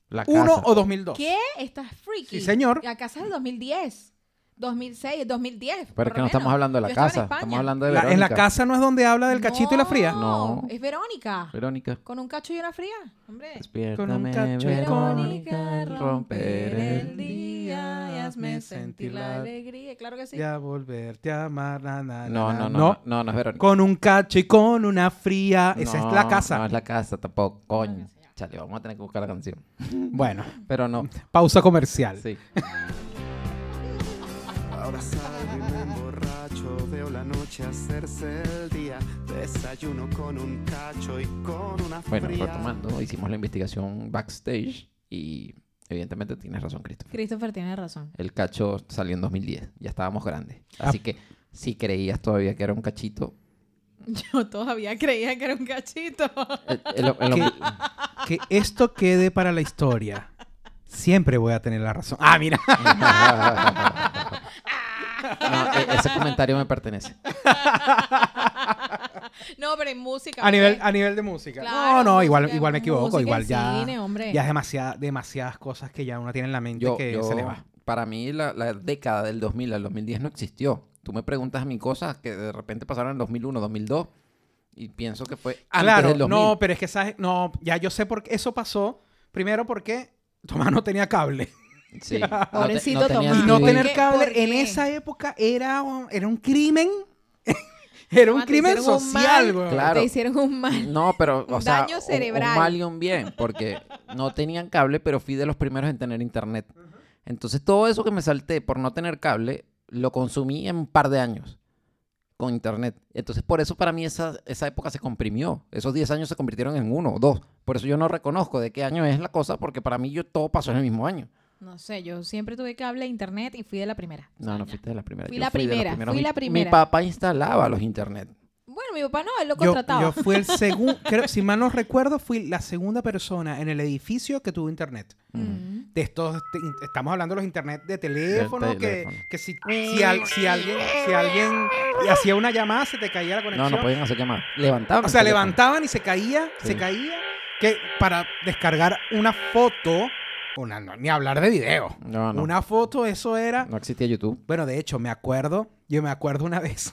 S3: La casa.
S1: o 2002.
S2: ¿Qué? Estás freaky.
S1: Sí, señor.
S2: La casa es del 2010. 2006, 2010. por
S3: Pero es
S2: lo
S3: que no estamos
S2: menos.
S3: hablando de la
S2: Yo estaba en
S3: casa,
S2: España.
S3: estamos hablando de
S1: La-
S3: Verónica.
S1: en la casa no es donde habla del cachito y la fría.
S2: No,
S3: No.
S2: es Verónica.
S3: Verónica.
S2: Con un cacho y una fría. Hombre.
S3: Despiértame,
S1: cacho de
S3: Verónica, romper el
S1: día y hazme sentir la
S2: alegría. Claro que sí.
S1: Ya volverte a amar. na, na, na,
S3: No,
S1: na.
S3: no, no, no, no, no es Verónica.
S1: Con un cacho y con una fría. Esa es la
S3: No,
S1: casa.
S3: No es la casa tampoco, coño.
S2: sí, ya.
S3: Chale, vamos a tener que buscar la canción.
S1: Bueno,
S3: Pero no,
S1: pausa comercial.
S3: sí.
S4: Ahora salgo y me emborracho, veo la noche hacerse el día, desayuno con un cacho y con una fría.
S3: Bueno, retomando, hicimos la investigación backstage y evidentemente tienes razón, Christopher.
S2: Christopher tiene razón.
S3: El cacho salió en 2010, ya estábamos grandes.
S1: Ah.
S3: Así que si creías todavía que era un cachito...
S2: Yo todavía creía que era un cachito.
S3: el- el- el-
S1: ¿Qué? Que esto quede para la historia. Siempre voy a tener la razón. Ah, mira.
S3: No, e- ese comentario me pertenece.
S2: No, pero en música.
S1: A nivel,
S2: hombre.
S1: a nivel de música. no,
S2: Claro,
S1: no, igual,
S2: música-
S1: igual me equivoco.
S2: música
S1: Igual
S2: y
S1: ya,
S2: cine, hombre.
S1: ya es demasiada- demasiadas cosas que ya uno tiene en la mente
S3: Yo,
S1: que
S3: yo-
S1: se le va.
S3: Para mí la, la década del 2000 al 2010 no existió. Tú me preguntas a mí cosas que de repente pasaron en 2001, 2002 y pienso que fue antes
S1: Claro,
S3: del 2000.
S1: no, pero es que sabes, no, ya yo sé por qué eso pasó. Primero porque Tomás no tenía cable.
S3: Sí. No te-
S2: Pobrecito
S3: no tenía
S2: Tomás.
S1: Y no
S3: TV.
S1: tener
S2: qué?
S1: cable
S2: ¿Por
S1: en
S2: qué?
S1: esa época era, un- era un crimen. era un
S2: Tomás, te
S1: crimen
S2: hicieron un
S1: social,
S2: mal.
S1: güey.
S3: Claro.
S2: Te hicieron un mal.
S3: No, pero, o
S2: Un
S3: sea,
S2: daño
S3: un-
S2: cerebral.
S3: Un, mal y un bien, porque no tenían cable, pero fui de los primeros en tener internet. Entonces, todo eso que me salté por no tener cable, lo consumí en un par de años con internet. Entonces, por eso para mí esa, esa época se comprimió. Esos 10 años se convirtieron en uno o dos. Por eso yo no reconozco de qué año es la cosa, porque para mí yo todo pasó en el mismo año.
S2: No sé, yo siempre tuve cable, internet y fui de la primera.
S3: No, no
S2: Ya.
S3: fuiste de la primera.
S2: Fui
S3: Yo
S2: la
S3: de los
S2: primera,
S3: primeros.
S2: fui
S3: Mi-
S2: la primera.
S3: Mi papá instalaba los internet.
S2: Bueno, mi papá no, él lo
S1: Yo,
S2: contrataba.
S1: yo fui el segundo, si mal no recuerdo, fui la segunda persona en el edificio que tuvo internet.
S2: Mm.
S1: de estos te- in- estamos hablando de los internet de teléfono,
S3: Del
S1: que,
S3: teléfono.
S1: que si, si, al- si alguien si alguien hacía una llamada se te caía la
S3: No,
S1: conexión
S3: no podían hacer llamadas. Levantaban.
S1: o
S3: el
S1: sea
S3: teléfono.
S1: levantaban y se caía
S3: Sí.
S1: se caía que para descargar una foto o na- no, ni hablar de video
S3: No, no.
S1: una foto eso era
S3: No existía YouTube.
S1: bueno de hecho me acuerdo yo me acuerdo una vez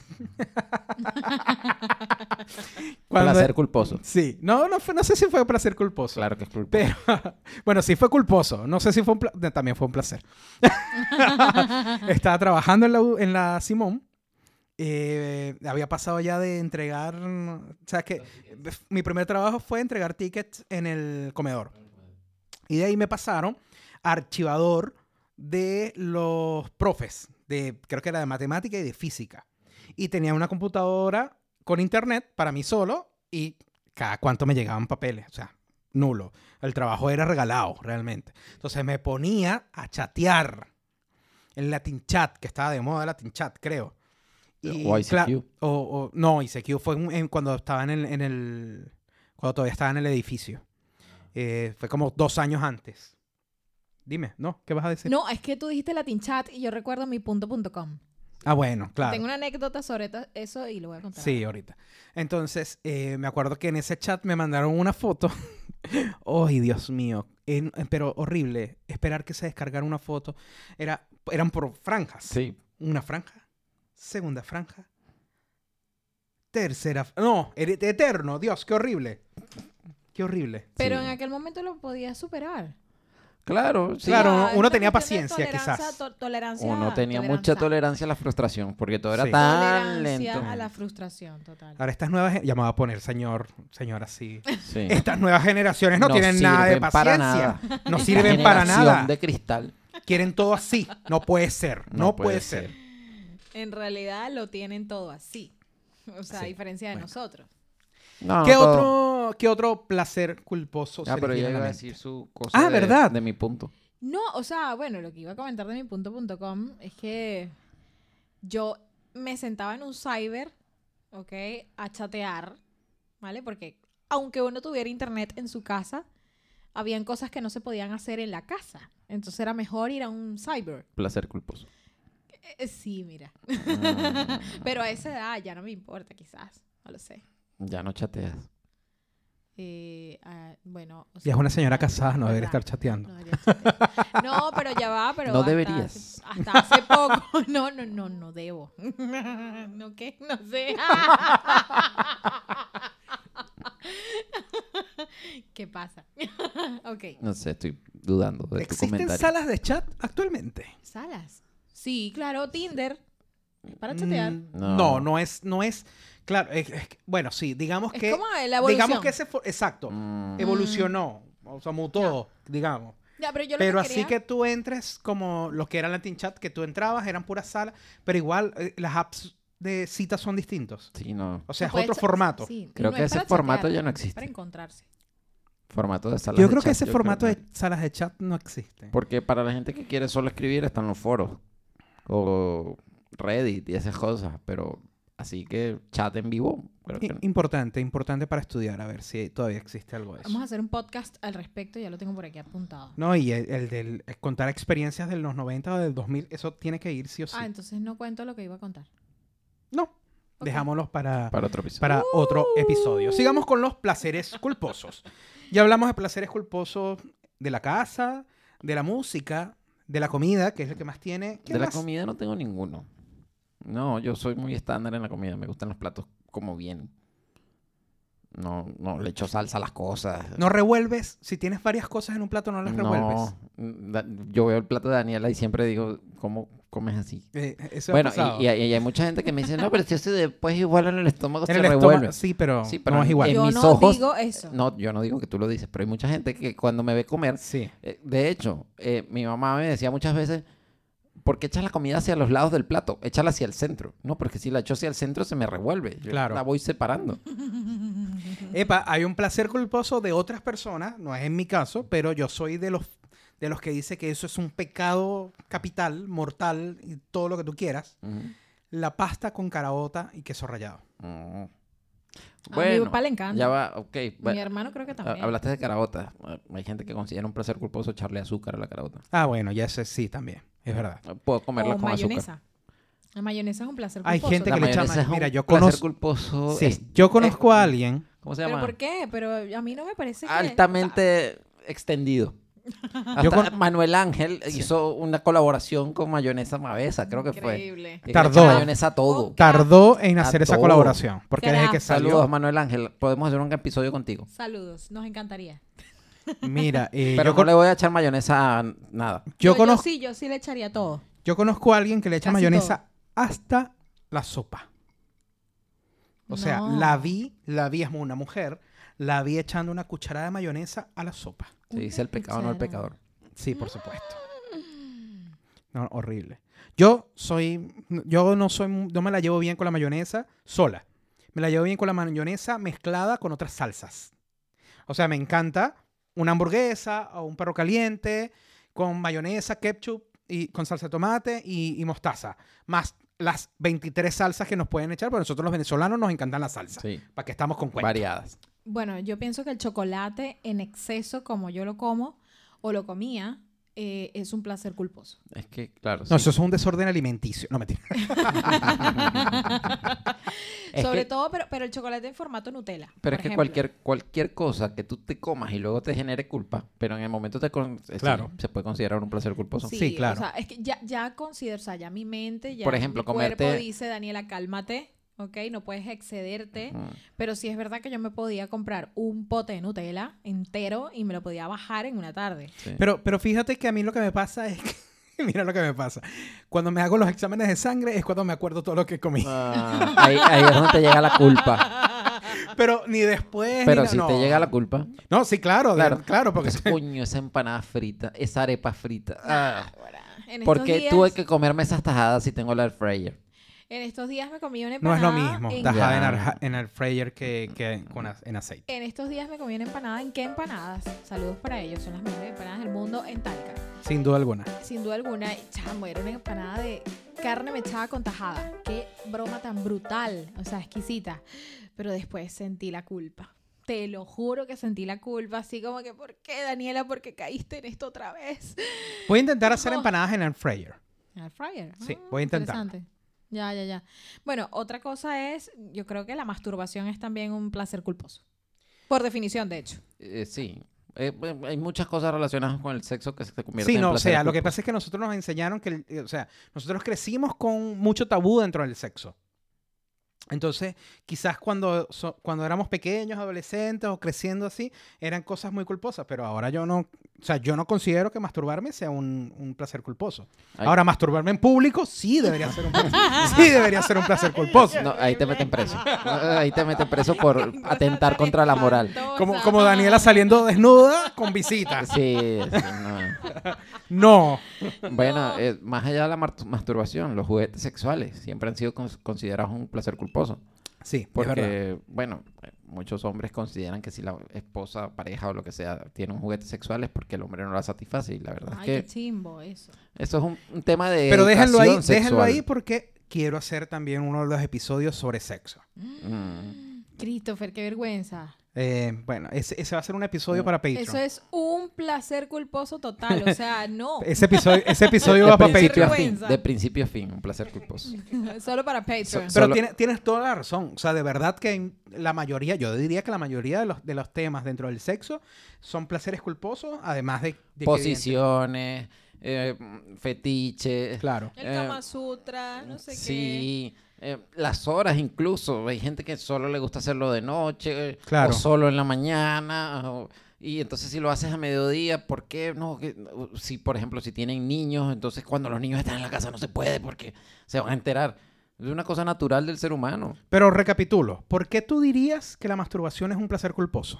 S1: Cuando-
S3: Placer culposo.
S1: sí no no fue- no sé si fue placer culposo
S3: Claro que es culposo.
S1: Pero, bueno, sí fue culposo. No sé si fue un pla- de- También fue un placer. Estaba trabajando en la, U- en la Simón. Eh, había pasado ya de entregar... O sea, que f- mi primer trabajo fue entregar tickets en el comedor. Y de ahí me pasaron a archivador de los profes. De, creo que era de matemática y de física. Y tenía una computadora con internet para mí solo y cada cuánto me llegaban papeles. O sea, nulo. El trabajo era regalado, realmente. Entonces me ponía a chatear en Latin Chat, que estaba de moda Latin Chat, creo. Y,
S3: O ICQ.
S1: cla- o- o- no, ICQ fue en- en- cuando estaba en el, en el- Cuando todavía estaba en el edificio. Eh, fue como dos años antes. Dime, ¿no? ¿Qué vas a decir?
S2: No, es que tú dijiste latinchat y yo recuerdo mi punto punto com.
S1: Ah, bueno, claro.
S2: Tengo una anécdota sobre to- eso y lo voy a contar.
S1: Sí, ahorita. Entonces, eh, me acuerdo que en ese chat me mandaron una foto. ¡Ay, Dios mío! En- eh, pero horrible. Esperar que se descargara una foto. Era, eran por franjas.
S3: Sí.
S1: Una franja. Segunda franja. Tercera. fr- No, er- eterno. Dios, qué horrible. Qué horrible.
S2: Pero
S3: Sí.
S2: en aquel momento lo podías superar.
S3: Claro, sí.
S1: Claro,
S2: Ah,
S1: uno
S2: una
S1: tenía
S2: cuestión de
S1: paciencia,
S2: tolerancia,
S1: quizás.
S2: to- tolerancia.
S3: Uno tenía
S2: tolerancia.
S3: mucha tolerancia a la frustración, porque todo era
S1: Sí.
S3: tan
S2: Tolerancia
S3: lento.
S2: a la frustración total.
S1: Ahora estas nuevas... gen- Ya me voy a poner, señor, señora, sí.
S3: Sí.
S1: Estas nuevas generaciones no,
S3: No
S1: tienen nada de
S3: sirven para
S1: paciencia.
S3: nada.
S1: No
S3: La
S1: sirven para
S3: generación
S1: nada.
S3: de cristal.
S1: Quieren todo así. No puede ser. No, puede, ser.
S2: En realidad lo tienen todo así. O sea, a
S1: Sí,
S2: diferencia de
S1: bueno.
S2: nosotros.
S3: No,
S1: ¿Qué,
S3: no todo.
S1: otro, ¿Qué otro placer culposo
S3: Ah,
S1: se
S3: pero
S1: les
S3: yo
S1: viene a
S3: iba
S1: la
S3: a
S1: mente?
S3: decir su cosa.
S1: Ah,
S3: de-
S1: ¿verdad?
S3: De mi punto.
S2: No, o sea, bueno, lo que iba a comentar de mi punto.com es que yo me sentaba en un cyber, ¿ok? A chatear, ¿vale? Porque aunque uno tuviera internet en su casa, habían cosas que no se podían hacer en la casa. Entonces era mejor ir a un cyber.
S3: Placer culposo.
S2: Eh, eh, sí, mira.
S3: Ah,
S2: Pero a esa edad ya no me importa, quizás. No lo sé.
S3: ya no chateas.
S2: Eh, ah, bueno. o
S1: Ya
S2: sea,
S1: es una señora casada, no debería
S2: ¿verdad?
S1: estar chateando.
S2: No, ya chateé. No, pero ya va, pero.
S3: No
S2: hasta
S3: deberías.
S2: hace- Hasta hace, poco. No, no, no, no debo. No, ¿qué? No sé. ¿Qué pasa? Ok.
S3: No sé, estoy dudando de tu
S1: ¿Existen
S3: comentario.
S1: salas de chat actualmente?
S2: Salas. Sí, claro, Tinder. Para chatear.
S1: Mm,
S3: No.
S1: No, no es, no es. Claro, es- es que- bueno, sí, digamos que.
S2: es como la evolución.
S1: Digamos que ese fue- exacto.
S3: Mm,
S1: Evolucionó. O sea, mutó, digamos.
S2: Ya, pero yo lo
S1: Pero
S2: que
S1: así
S2: quería-
S1: que tú entres como los que eran Latin Chat, que tú entrabas, eran puras salas, pero igual eh, las apps de citas son distintos.
S3: sí, no.
S1: O sea, es
S2: Puedes
S1: otro
S2: cha-
S1: formato.
S2: sí, y
S3: Creo
S2: no
S3: que
S2: es
S3: ese
S2: para
S3: formato
S2: chatear,
S3: ya no
S2: es Para
S3: existe.
S2: encontrarse.
S3: Formato de salas
S1: Yo
S3: de
S1: creo que
S3: chat,
S1: ese
S3: yo
S1: formato
S3: no.
S1: de salas de chat no existe.
S3: Porque para la gente que quiere solo escribir están los foros. O Reddit y esas cosas. Pero así que chat en vivo. Creo que
S1: I-
S3: no.
S1: Importante, importante para estudiar, a ver si todavía existe algo de
S2: Vamos a
S1: eso.
S2: hacer un podcast al respecto, ya lo tengo por aquí apuntado.
S1: No, y el, el del eh, contar experiencias de los 90 o del 2000, eso tiene que ir sí o sí.
S2: Ah, entonces no cuento lo que iba a contar.
S1: No, dejámoslos para,
S3: Para otro episodio.
S1: para otro episodio. Sigamos con los placeres culposos. Ya hablamos de placeres culposos de la casa, de la música, de la comida, que es el que más tiene. ¿Qué
S3: De la
S1: más?
S3: comida no tengo ninguno. No, yo soy muy estándar en la comida. Me gustan los platos como vienen. No, no, le echo salsa a las cosas.
S1: No revuelves. Si tienes varias cosas en un plato, no las revuelves.
S3: mm, da- Yo veo el plato de Daniela y siempre digo, ¿cómo comes así?
S1: Eh, eso ha
S3: Bueno,
S1: pasado.
S3: y, y hay- y hay mucha gente que me dice, no, pero si eso después igual en el estómago
S1: en
S3: se
S1: el estómago-
S3: revuelve.
S1: sí, pero,
S3: Sí, pero
S1: no es igual.
S3: en
S2: yo
S3: mis
S2: no
S3: ojos- eh,
S2: digo eso.
S3: No, yo no digo que tú lo dices, pero hay mucha gente que cuando me ve comer,
S1: Sí.
S3: eh, de hecho, eh, mi mamá me decía muchas veces, ¿por qué echas la comida hacia los lados del plato? Échala hacia el centro. No, porque si la echo hacia el centro se me revuelve. Yo
S1: Claro.
S3: La voy separando.
S1: Epa, hay un placer culposo de otras personas, no es en mi caso, pero yo soy de los de los que dice que eso es un pecado capital, mortal y todo lo que tú quieras.
S3: Ujú.
S1: La pasta con caraota y queso rallado.
S3: Mm.
S2: Ah, a mi papá le encanta.
S3: ya va, ok.
S2: Mi
S3: bueno,
S2: hermano creo que
S3: ha-
S2: también.
S3: Hablaste de caraotas. Hay gente que considera un placer culposo echarle azúcar a la carabota.
S1: Ah, bueno, ya sé, sí, también. Es verdad.
S3: Puedo
S2: o
S3: comerla con azúcar.
S2: mayonesa. La mayonesa es un placer
S1: Hay
S2: culposo,
S1: gente que
S3: La
S2: ¿no?
S1: le echa
S3: mayonesa es
S1: ma-
S3: un
S1: mira, yo
S3: placer
S1: conozco-
S3: culposo. es-
S1: Sí, yo conozco a alguien.
S3: ¿Cómo se
S2: ¿Pero
S3: llama?
S2: por qué? Pero a mí no me parece que...
S3: altamente extendido. Hasta
S1: con-
S3: Manuel Ángel hizo una colaboración con Mayonesa Mavesa, creo que fue.
S2: Increíble.
S3: Que
S1: Tardó.
S3: echa Mayonesa a todo.
S1: Tardó en hacer
S3: A
S1: esa
S3: todo.
S1: colaboración, porque desde que
S2: Carajo.
S3: Saludos,
S1: salió.
S3: Manuel Ángel. Podemos hacer un episodio contigo.
S2: Saludos, nos encantaría.
S1: Mira, eh, yo,
S3: Pero no
S1: con-
S3: le voy a echar mayonesa a nada.
S1: yo
S2: No,
S1: conozco,
S2: sí, yo sí le echaría todo.
S1: yo conozco a alguien que le echa
S2: Casi
S1: mayonesa hasta la sopa. O sea,
S2: No.
S1: la vi, la vi es una mujer, la vi echando una cucharada de mayonesa a la sopa.
S3: Se dice el pecado, no el
S2: cuchara.
S3: pecador.
S1: Sí, por supuesto.
S2: Mm.
S1: No, horrible. Yo soy, yo no soy, no me la llevo bien con la mayonesa sola. Me la llevo bien con la mayonesa mezclada con otras salsas. O sea, me encanta una hamburguesa o un perro caliente con mayonesa, ketchup y con salsa de tomate y, y mostaza. Más las 23 salsas que nos pueden echar, pero nosotros los venezolanos nos encantan las salsas.
S3: Sí,
S1: Para que estamos con cuentos.
S3: variadas.
S2: Bueno, yo pienso que el chocolate en exceso, como yo lo como o lo comía, eh, es un placer culposo.
S3: Es que, claro.
S1: No,
S3: sí.
S1: eso es un desorden alimenticio. No, mentira.
S3: Es
S2: Sobre
S3: que-
S2: todo, pero, pero el chocolate en formato Nutella. por
S3: Pero es que
S2: ejemplo.
S3: cualquier, cualquier cosa que tú te comas y luego te genere culpa, pero en el momento te con- este,
S1: Claro.
S3: se puede considerar un placer culposo.
S2: Sí,
S1: Sí,
S2: claro.
S1: claro.
S2: O sea, es que ya, ya considero, o sea, ya mi mente, ya
S3: Por ejemplo,
S2: mi cuerpo
S3: comerte-
S2: dice, Daniela, cálmate, ¿ok? No puedes excederte.
S3: Ujú.
S2: Pero sí es verdad que yo me podía comprar un pote de Nutella entero y me lo podía bajar en una tarde.
S3: Sí.
S1: Pero, pero fíjate que a mí lo que me pasa es que. Mira lo que me pasa. Cuando me hago los exámenes de sangre es cuando me acuerdo todo lo que comí.
S3: Ah, ahí, ahí es donde te llega la culpa.
S1: Pero ni después. ni
S3: Pero
S1: na-
S3: si
S1: no.
S3: te llega la culpa,
S1: No, sí, claro, de-
S3: Claro.
S1: claro, porque.
S3: dices, coño, esa empanada frita, esa arepa frita. Ah,
S2: En
S3: ¿Por
S2: estos
S3: qué
S2: días-
S3: tuve que comerme esas tajadas si tengo la air fryer?
S2: En estos días me comí una
S1: No es lo
S2: empanada.
S1: mismo
S2: en-
S1: tajada en,
S3: Ya.
S1: arja- en el fryer que, que con a- en aceite.
S2: En estos días me comí una empanada. ¿En qué empanadas? Saludos para ellos. Son las mejores empanadas del mundo en Talca.
S1: Sin duda alguna.
S2: Sin duda alguna, y chamo, era una empanada de carne mechada con tajada. Qué broma tan brutal. O sea, exquisita. Pero después sentí la culpa. Te lo juro que sentí la culpa. Así como que, ¿por qué, Daniela? ¿Por qué caíste en esto otra vez?
S1: Voy a intentar hacer
S2: No.
S1: empanadas en el fryer.
S2: Air fryer.
S1: Sí,
S2: Ah,
S1: voy a intentarlo.
S2: interesante. Ya, ya, ya. Bueno, otra cosa es, yo creo que la masturbación es también un placer culposo. Por definición, de hecho.
S3: Eh, sí. Eh, bueno, hay muchas cosas relacionadas con el sexo que se te convierten
S1: Sí,
S3: en
S1: no, o
S3: placer
S1: sea, lo que
S3: culposo.
S1: pasa es que nosotros nos enseñaron que, el- eh, o sea, nosotros crecimos con mucho tabú dentro del sexo. Entonces, quizás cuando, so- cuando éramos pequeños, adolescentes o creciendo así, eran cosas muy culposas, pero ahora yo no, o sea, yo no considero que masturbarme sea un, un placer culposo.
S3: Ay.
S1: Ahora, masturbarme en público sí debería ser un placer, sí debería ser un placer culposo.
S3: No, ahí te meten preso. Ahí te meten preso por atentar contra la moral.
S1: Como, como Daniela saliendo desnuda con visitas.
S3: Sí, sí, no.
S1: No.
S3: Bueno, eh, más allá de la mar- masturbación, los juguetes sexuales siempre han sido cons- considerados un placer culposo.
S1: Sí, es verdad.
S3: Porque, bueno, eh, muchos hombres consideran que si la esposa, pareja o lo que sea tiene un juguete sexual es porque el hombre no la satisface. Y la verdad
S2: Ay,
S3: es
S2: qué
S3: que
S2: chimbo eso.
S3: eso es un, un tema de.
S1: Pero déjenlo ahí,
S3: educación
S1: déjenlo ahí
S3: sexual.
S1: porque quiero hacer también uno de los episodios sobre sexo.
S3: Mm.
S2: Christopher, qué vergüenza.
S1: Eh, bueno, ese, ese va a ser un episodio
S3: Mm.
S1: para Patreon.
S2: Eso es un placer culposo total. O sea, no.
S1: Ese episodio, ese episodio
S3: Mm. De
S1: va para
S3: principio a
S1: Patreon.
S3: fin,
S2: Vergüenza.
S3: de principio a fin, un placer culposo.
S2: Solo para Patreon.
S3: So-
S1: Pero
S3: Solo-
S1: tiene- tienes toda la razón. O sea, de verdad que en la mayoría, yo diría que la mayoría de los, de los temas dentro del sexo son placeres culposos, además de... de que
S3: Posiciones, eh, fetiches.
S1: evidente- Claro.
S2: El
S3: eh,
S2: Kama Sutra, no sé
S3: sí, eh, las horas incluso. Hay gente que solo le gusta hacerlo de noche eh,
S1: Claro.
S3: o solo en la mañana. o- y entonces si lo haces a mediodía, ¿por qué no? Que- o si, por ejemplo, si tienen niños, entonces cuando los niños están en la casa no se puede porque se van a enterar. Es una cosa natural del ser humano.
S1: Pero recapitulo, ¿por qué tú dirías que la masturbación es un placer culposo?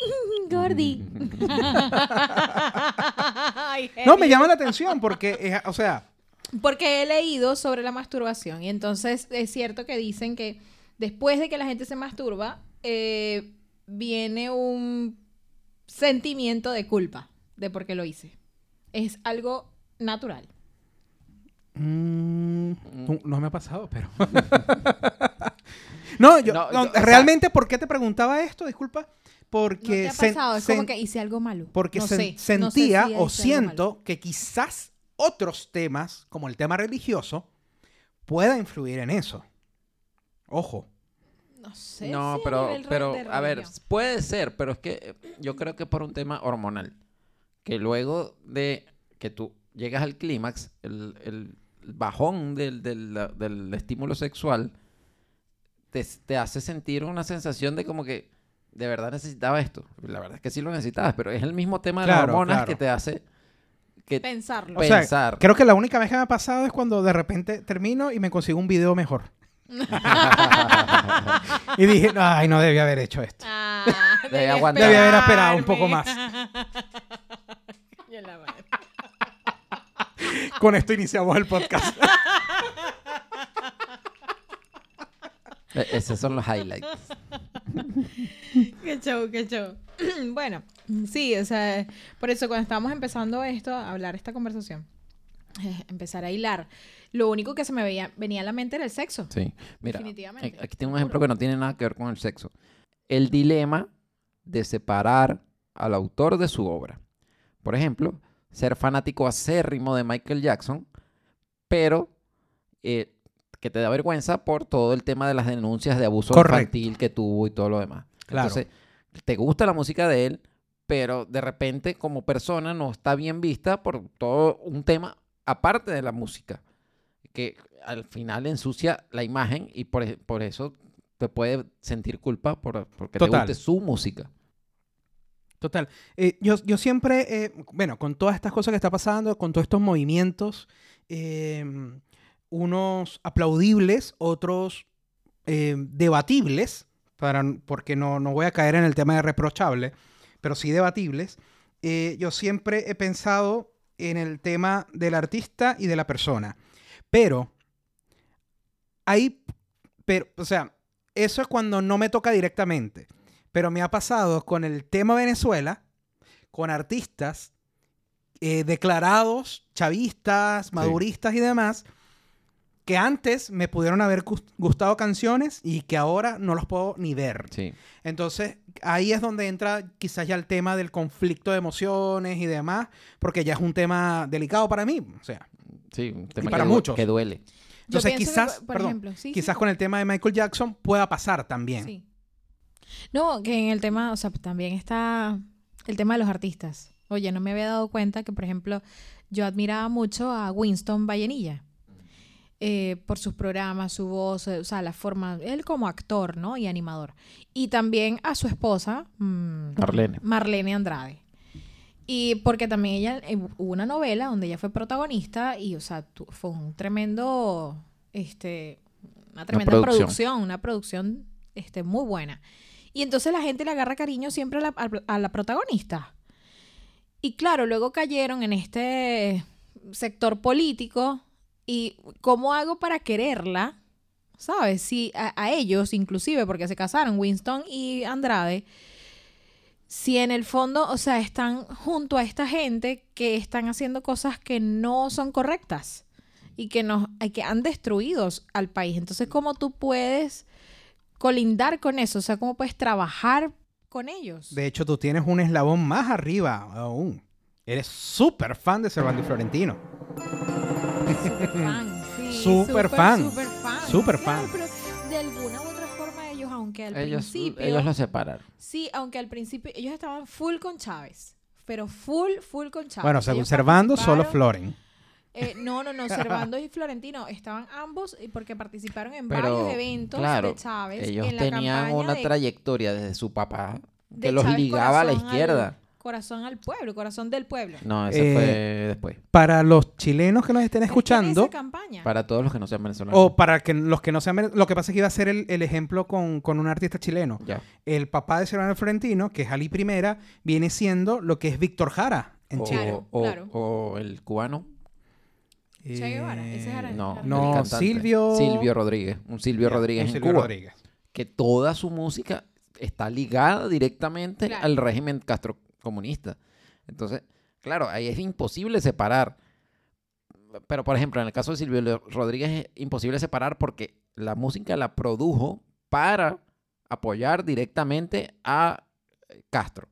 S1: Mm.
S2: qué. Gordi. Ay,
S1: No, me
S2: genio.
S1: llama la atención porque, es- o sea,
S2: Porque he leído sobre la masturbación y entonces es cierto que dicen que después de que la gente se masturba, eh, viene un sentimiento de culpa de por qué lo hice. Es algo natural.
S1: Mm, no, no me ha pasado, pero. no, yo
S3: No,
S1: no,
S3: yo- o sea-
S1: realmente, ¿por qué te preguntaba esto? Disculpa.
S2: ¿No
S1: Porque,
S2: te ha
S1: sen-
S2: pasado? Es
S1: sen-
S2: como que hice algo malo.
S1: porque
S2: No
S1: sen-
S2: sé, no sé
S1: sentía o
S2: si hice algo malo.
S1: siento que quizás otros temas, como el tema religioso, pueda influir en eso. Ojo.
S2: No sé.
S3: no,
S2: sí, a
S3: pero,
S2: nivel re-
S3: pero
S2: de
S3: a ver,
S2: religión.
S3: puede ser, pero es que eh, yo creo que es por un tema hormonal. Que luego de que tú llegas al clímax, el, el bajón del, del- la- del estímulo sexual te, te hace sentir una sensación de como que de verdad necesitaba esto. La verdad es que sí lo necesitabas, pero es el mismo tema de las
S1: Claro,
S3: hormonas
S1: claro.
S3: que te hace que
S2: Pensarlo.
S1: O sea,
S3: pensar.
S1: Creo que la única vez que me ha pasado es cuando de repente termino y me consigo un video mejor. y dije, ay, no debía haber hecho esto.
S2: Ah, debí
S3: aguantar.
S1: Debí haber esperado un poco más.
S2: Y en la madre.
S1: Con esto iniciamos el podcast.
S3: Eh, Esos son los highlights.
S2: Qué show, qué show. bueno, sí, o sea, por eso cuando estábamos empezando esto, a hablar esta conversación, eh, empezar a hilar. Lo único que se me veía, venía a la mente era el sexo.
S3: Sí. Mira,
S2: Definitivamente.
S3: Aquí tengo un ejemplo que no tiene nada que ver con el sexo. El dilema de separar al autor de su obra. Por ejemplo, ser fanático acérrimo de Michael Jackson, pero eh, que te da vergüenza por todo el tema de las denuncias de abuso
S1: Correcto.
S3: infantil que tuvo y todo lo demás.
S1: Claro.
S3: Entonces, te gusta la música de él, pero de repente como persona no está bien vista por todo un tema aparte de la música, que al final ensucia la imagen y por, e- por eso te puede sentir culpa por, porque
S1: Total.
S3: te guste su música.
S1: Total. Eh, yo, yo siempre, eh, bueno, con todas estas cosas que está pasando, con todos estos movimientos, eh, unos aplaudibles, otros eh, debatibles, para, porque no, no voy a caer en el tema de reprochable, pero sí debatibles, eh, yo siempre he pensado en el tema del artista y de la persona. Pero, hay, pero, o sea, eso es cuando no me toca directamente. Pero me ha pasado con el tema Venezuela, con artistas eh, declarados chavistas, maduristas y demás, que antes me pudieron haber gus- gustado canciones y que ahora no los puedo ni ver.
S3: Sí.
S1: Entonces, ahí es donde entra quizás ya el tema del conflicto de emociones y demás, porque ya es un tema delicado para mí. O sea,
S3: Sí, un tema
S1: para
S3: que, du-
S1: muchos.
S3: que duele.
S2: Yo
S1: Entonces,
S2: pienso que,
S1: quizás-
S2: por
S1: perdón,
S2: ejemplo, sí, sí,
S1: quizás con el tema de Michael Jackson pueda pasar también.
S2: Sí. No, que en el tema, o sea, también está el tema de los artistas. Oye, no me había dado cuenta que, por ejemplo, yo admiraba mucho a Winston Vallenilla eh, por sus programas, su voz, eh, o sea, la forma, él como actor, ¿no? Y animador. Y también a su esposa, mm,
S3: Marlene.
S2: Marlene Andrade. Y porque también ella eh, hubo una novela donde ella fue protagonista y, o sea, tu- fue un tremendo, este, una tremenda
S3: producción.
S2: producción. una producción este, muy buena. Y entonces la gente le agarra cariño siempre a la, a- a la protagonista. Y claro, luego cayeron en este sector político y ¿cómo hago para quererla? ¿Sabes? Si a, a ellos inclusive, porque se casaron Winston y Andrade, si en el fondo, o sea, están junto a esta gente que están haciendo cosas que no son correctas y que, nos, y que han destruido al país. Entonces, ¿cómo tú puedes colindar con eso? O sea, ¿cómo puedes trabajar con ellos?
S1: De hecho, tú tienes un eslabón más arriba aún. Eres súper fan de Cervantes Florentino.
S2: fan, sí,
S1: Súper fan,
S2: Súper fan.
S1: súper
S2: Claro,
S1: fan.
S2: pero de alguna u otra forma ellos, aunque al
S3: Ellos,
S2: principio...
S3: ellos lo separaron.
S2: Sí, aunque al principio ellos estaban full con Chávez. Pero full, full con Chávez.
S1: Bueno, según
S2: Ellos
S1: Servando, solo
S2: participaron-
S1: Floren.
S2: Eh, no, no, no, Servando y Florentino estaban ambos eh, porque participaron en
S3: Pero,
S2: varios eventos
S3: claro,
S2: de Chávez.
S3: Ellos
S2: en la
S3: tenían
S2: campaña
S3: una
S2: de-
S3: trayectoria desde su papá
S2: de
S3: que los
S2: Chávez
S3: ligaba a la
S2: corazón al-
S3: izquierda.
S2: corazón al pueblo, corazón del pueblo.
S3: No, ese
S1: Eh,
S3: fue después.
S1: Para los chilenos que nos estén
S2: En
S1: escuchando,
S2: esa campaña.
S3: Para todos los que no sean venezolanos.
S1: o para que los que no sean... vene- Lo que pasa es que iba a ser el, el ejemplo con, con un artista chileno.
S3: Ya.
S1: El papá de Cervantes Florentino, que es Ali Primera, viene siendo lo que es Víctor Jara en
S3: o,
S1: Chile.
S2: Claro,
S3: o-
S2: claro.
S3: o el cubano.
S2: Che Guevara, ese
S1: Eh,
S2: es Jara.
S3: No,
S1: No,
S3: el cantante.
S1: Silvio-
S3: Silvio Rodríguez. Un Silvio
S1: Ya,
S3: Rodríguez
S1: un
S3: en
S1: Silvio
S3: Cuba.
S1: Rodríguez.
S3: Que toda su música está ligada directamente
S2: Claro.
S3: al régimen castrocomunista. Entonces, claro, ahí es imposible separar. Pero, por ejemplo, en el caso de Silvio Lo- Rodríguez es imposible separar porque la música la produjo para apoyar directamente a eh, Castro.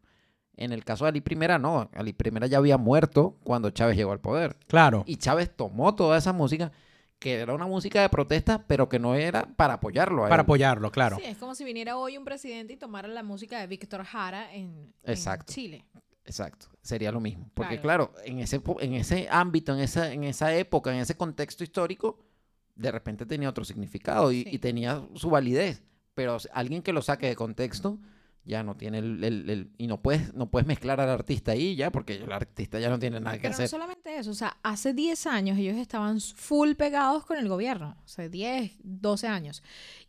S3: En el caso de Ali Primera, no. Ali Primera ya había muerto cuando Chávez llegó al poder.
S1: Claro.
S3: Y Chávez tomó toda esa música, que era una música de protesta, pero que no era para apoyarlo. a
S1: Para
S3: él.
S1: apoyarlo, claro.
S2: Sí, es como si viniera hoy un presidente y tomara la música de Víctor Jara en, en
S3: Exacto.
S2: Chile.
S3: Exacto, sería lo mismo. Porque claro, en, ese, po- en ese ámbito, en esa, en esa época, en ese contexto histórico, de repente tenía otro significado y,
S2: Sí.
S3: y tenía su validez. Pero s- alguien que lo saque de contexto ya no tiene el... el- el- y no puedes, no puedes mezclar al artista ahí ya, porque el artista ya no tiene nada que
S2: Pero no
S3: hacer.
S2: solamente eso, o sea, hace 10 años ellos estaban s- full pegados con el gobierno, o sea, 10, 12 años.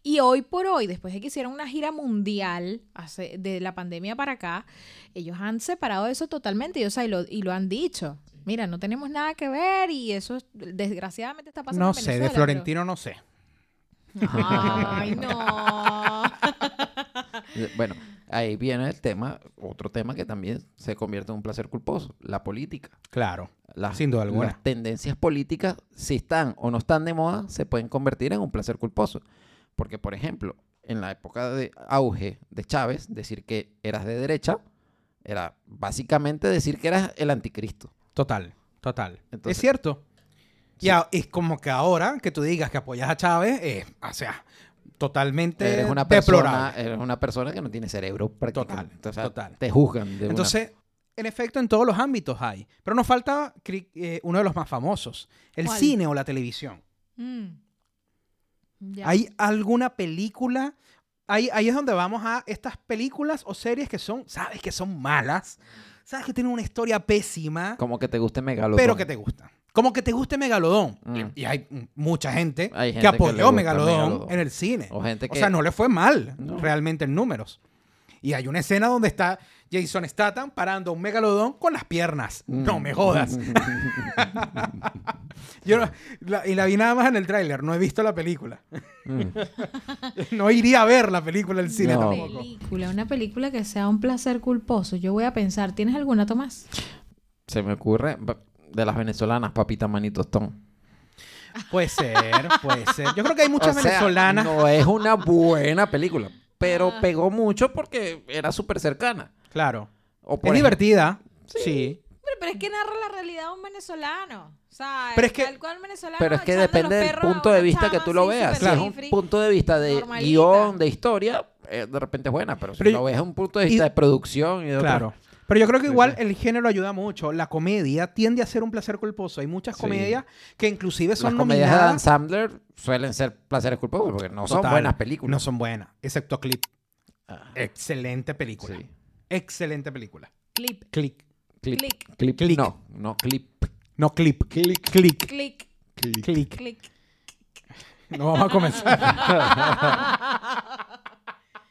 S2: Y hoy por hoy, después de que hicieron una gira mundial hace, de la pandemia para acá, ellos han separado eso totalmente y, o sea, y, lo, y lo han dicho. Mira, no tenemos nada que ver y eso es- desgraciadamente está pasando.
S1: No
S2: en
S1: sé, de
S2: Venezuela,
S1: Florentino no sé.
S2: pero- Ay, no.
S3: Eh, Bueno, Ahí viene el tema, otro tema que también se convierte en un placer culposo, la política.
S1: Claro.
S3: Las,
S1: Sin duda alguna.
S3: las tendencias políticas, si están o no están de moda, se pueden convertir en un placer culposo. Porque, por ejemplo, en la época de auge de Chávez, decir que eras de derecha era básicamente decir que eras el anticristo.
S1: Total, total. es
S3: Entonces-
S1: cierto.
S3: Sí.
S1: Y, a- y como que ahora que tú digas que apoyas a Chávez, eh, o sea, totalmente
S3: Eres una, persona,
S1: deplorable.
S3: eres una persona que no tiene cerebro prácticamente.
S1: Total,
S3: O sea,
S1: total.
S3: Te juzgan. de una-
S1: Entonces, en efecto, en todos los ámbitos hay. Pero nos falta cri- eh, uno de los más famosos, el
S2: ¿Cuál?
S1: cine o la televisión.
S2: Mm. Ya.
S1: ¿Hay alguna película? Ahí, ahí es donde vamos a estas películas o series que son, sabes que son malas, sabes que tienen una historia pésima,
S3: como que te guste Megalodon.
S1: pero que te gusta. Como que te guste Megalodón.
S3: Mm.
S1: Y hay mm, mucha gente,
S3: Hay gente
S1: que
S3: que le
S1: apoyó
S3: gusta
S1: Megalodón,
S3: Megalodón.
S1: en el cine.
S3: O gente que...
S1: O sea, no le fue mal
S3: No.
S1: realmente en números. Y hay una escena donde está Jason Statham parando un megalodón con las piernas.
S3: Mm.
S1: No me jodas. Yo no- la- y la vi nada más en el tráiler. No he visto la película.
S3: Mm.
S1: No iría a ver la película del cine
S2: Una
S3: No.
S1: tampoco.
S2: película, una película que sea un placer culposo. Yo voy a pensar, ¿tienes alguna, Tomás?
S3: Se me ocurre pa- de las venezolanas, papita manito tostón.
S1: Puede ser, puede ser. Yo creo que hay muchas
S3: O sea,
S1: venezolanas.
S3: No es una buena película, pero
S1: Ah.
S3: pegó mucho porque era súper cercana.
S1: Claro.
S3: O
S1: Es
S3: por ejemplo-
S1: divertida. Sí.
S2: Pero, pero es que narra la realidad de un venezolano. O sea,
S1: Pero
S2: el-
S1: es que-
S2: tal cual venezolano.
S3: Pero es que
S2: echando los
S3: depende del
S2: perros a
S3: punto de
S2: una
S3: vista
S2: chama
S3: que tú lo
S2: así,
S3: veas. Si
S2: súper
S3: es
S1: Claro.
S3: un
S2: cifri.
S3: punto de vista de
S2: normalita.
S3: guión, de historia, eh, de repente es buena, pero si
S1: Pero yo-
S3: lo ves a un punto de vista
S1: y-
S3: de producción y de otra-
S1: Claro. Pero yo creo que
S3: Sí,
S1: igual
S3: sí.
S1: el género ayuda mucho. La comedia tiende a ser un placer culposo. Hay muchas
S3: Sí.
S1: comedias que inclusive son
S3: Las comedias de
S1: nominadas-
S3: Dan Sandler suelen ser placeres culposos porque no son
S1: Total.
S3: buenas películas.
S1: No son buenas, excepto Clip.
S3: Ah,
S1: Excelente película.
S3: sí.
S1: Excelente película.
S2: Clip,
S1: Click.
S3: Clip,
S2: Click.
S3: clip,
S1: Click.
S3: No, no, clip.
S1: No clip. Click. Click.
S2: clic,
S1: Click.
S2: clic.
S1: No vamos a comenzar.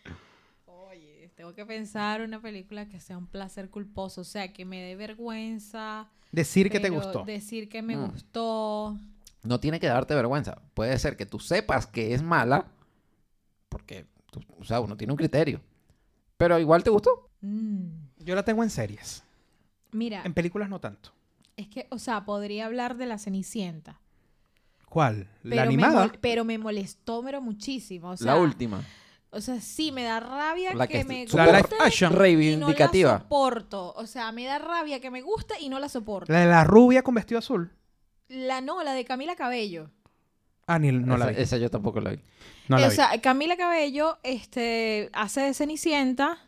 S2: Oye, tengo que pensar una película que sea un placer culposo. O sea, que me dé vergüenza.
S1: Decir que te
S2: pero
S1: gustó.
S2: Decir que me
S3: Mm.
S2: gustó.
S3: No tiene que darte vergüenza. Puede ser que tú sepas que es mala porque, tú- o sea, uno tiene un criterio. Pero igual te gustó.
S2: Mm.
S1: Yo la tengo en series.
S2: Mira,
S1: En películas no tanto.
S2: es que, o sea, podría hablar de la Cenicienta.
S1: ¿Cuál? La
S2: Pero me
S1: animada.
S2: mol- pero me molestó, pero muchísimo. O sea,
S3: la última.
S2: O sea, sí, me da rabia
S3: La
S2: que,
S3: que
S2: me
S3: es
S1: La
S3: Por-
S1: live
S2: guste
S1: action.
S2: y no la
S3: Reivindicativa.
S2: soporto. O sea, me da rabia que me guste y no la soporto.
S1: La de la rubia con vestido azul.
S2: La no, la de Camila Cabello.
S1: Ah, ni, no la
S3: esa,
S1: vi.
S3: esa yo tampoco la vi.
S1: No la
S2: o
S1: vi.
S2: sea, Camila Cabello este, hace de Cenicienta.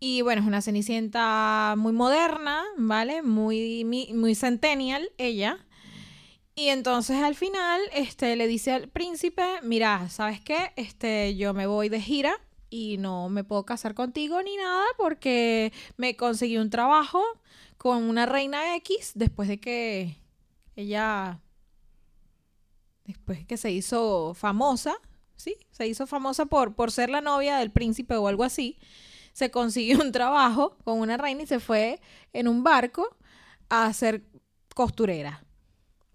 S2: Y bueno, es una Cenicienta muy moderna, ¿vale? Muy, mi- muy centennial ella. Y entonces al final este, le dice al príncipe, mira, ¿sabes qué? Este, yo me voy de gira y no me puedo casar contigo ni nada porque me conseguí un trabajo con una reina X después de que ella después que se hizo famosa, ¿sí? Se hizo famosa por, por ser la novia del príncipe o algo así. Se consiguió un trabajo con una reina y se fue en un barco a ser costurera.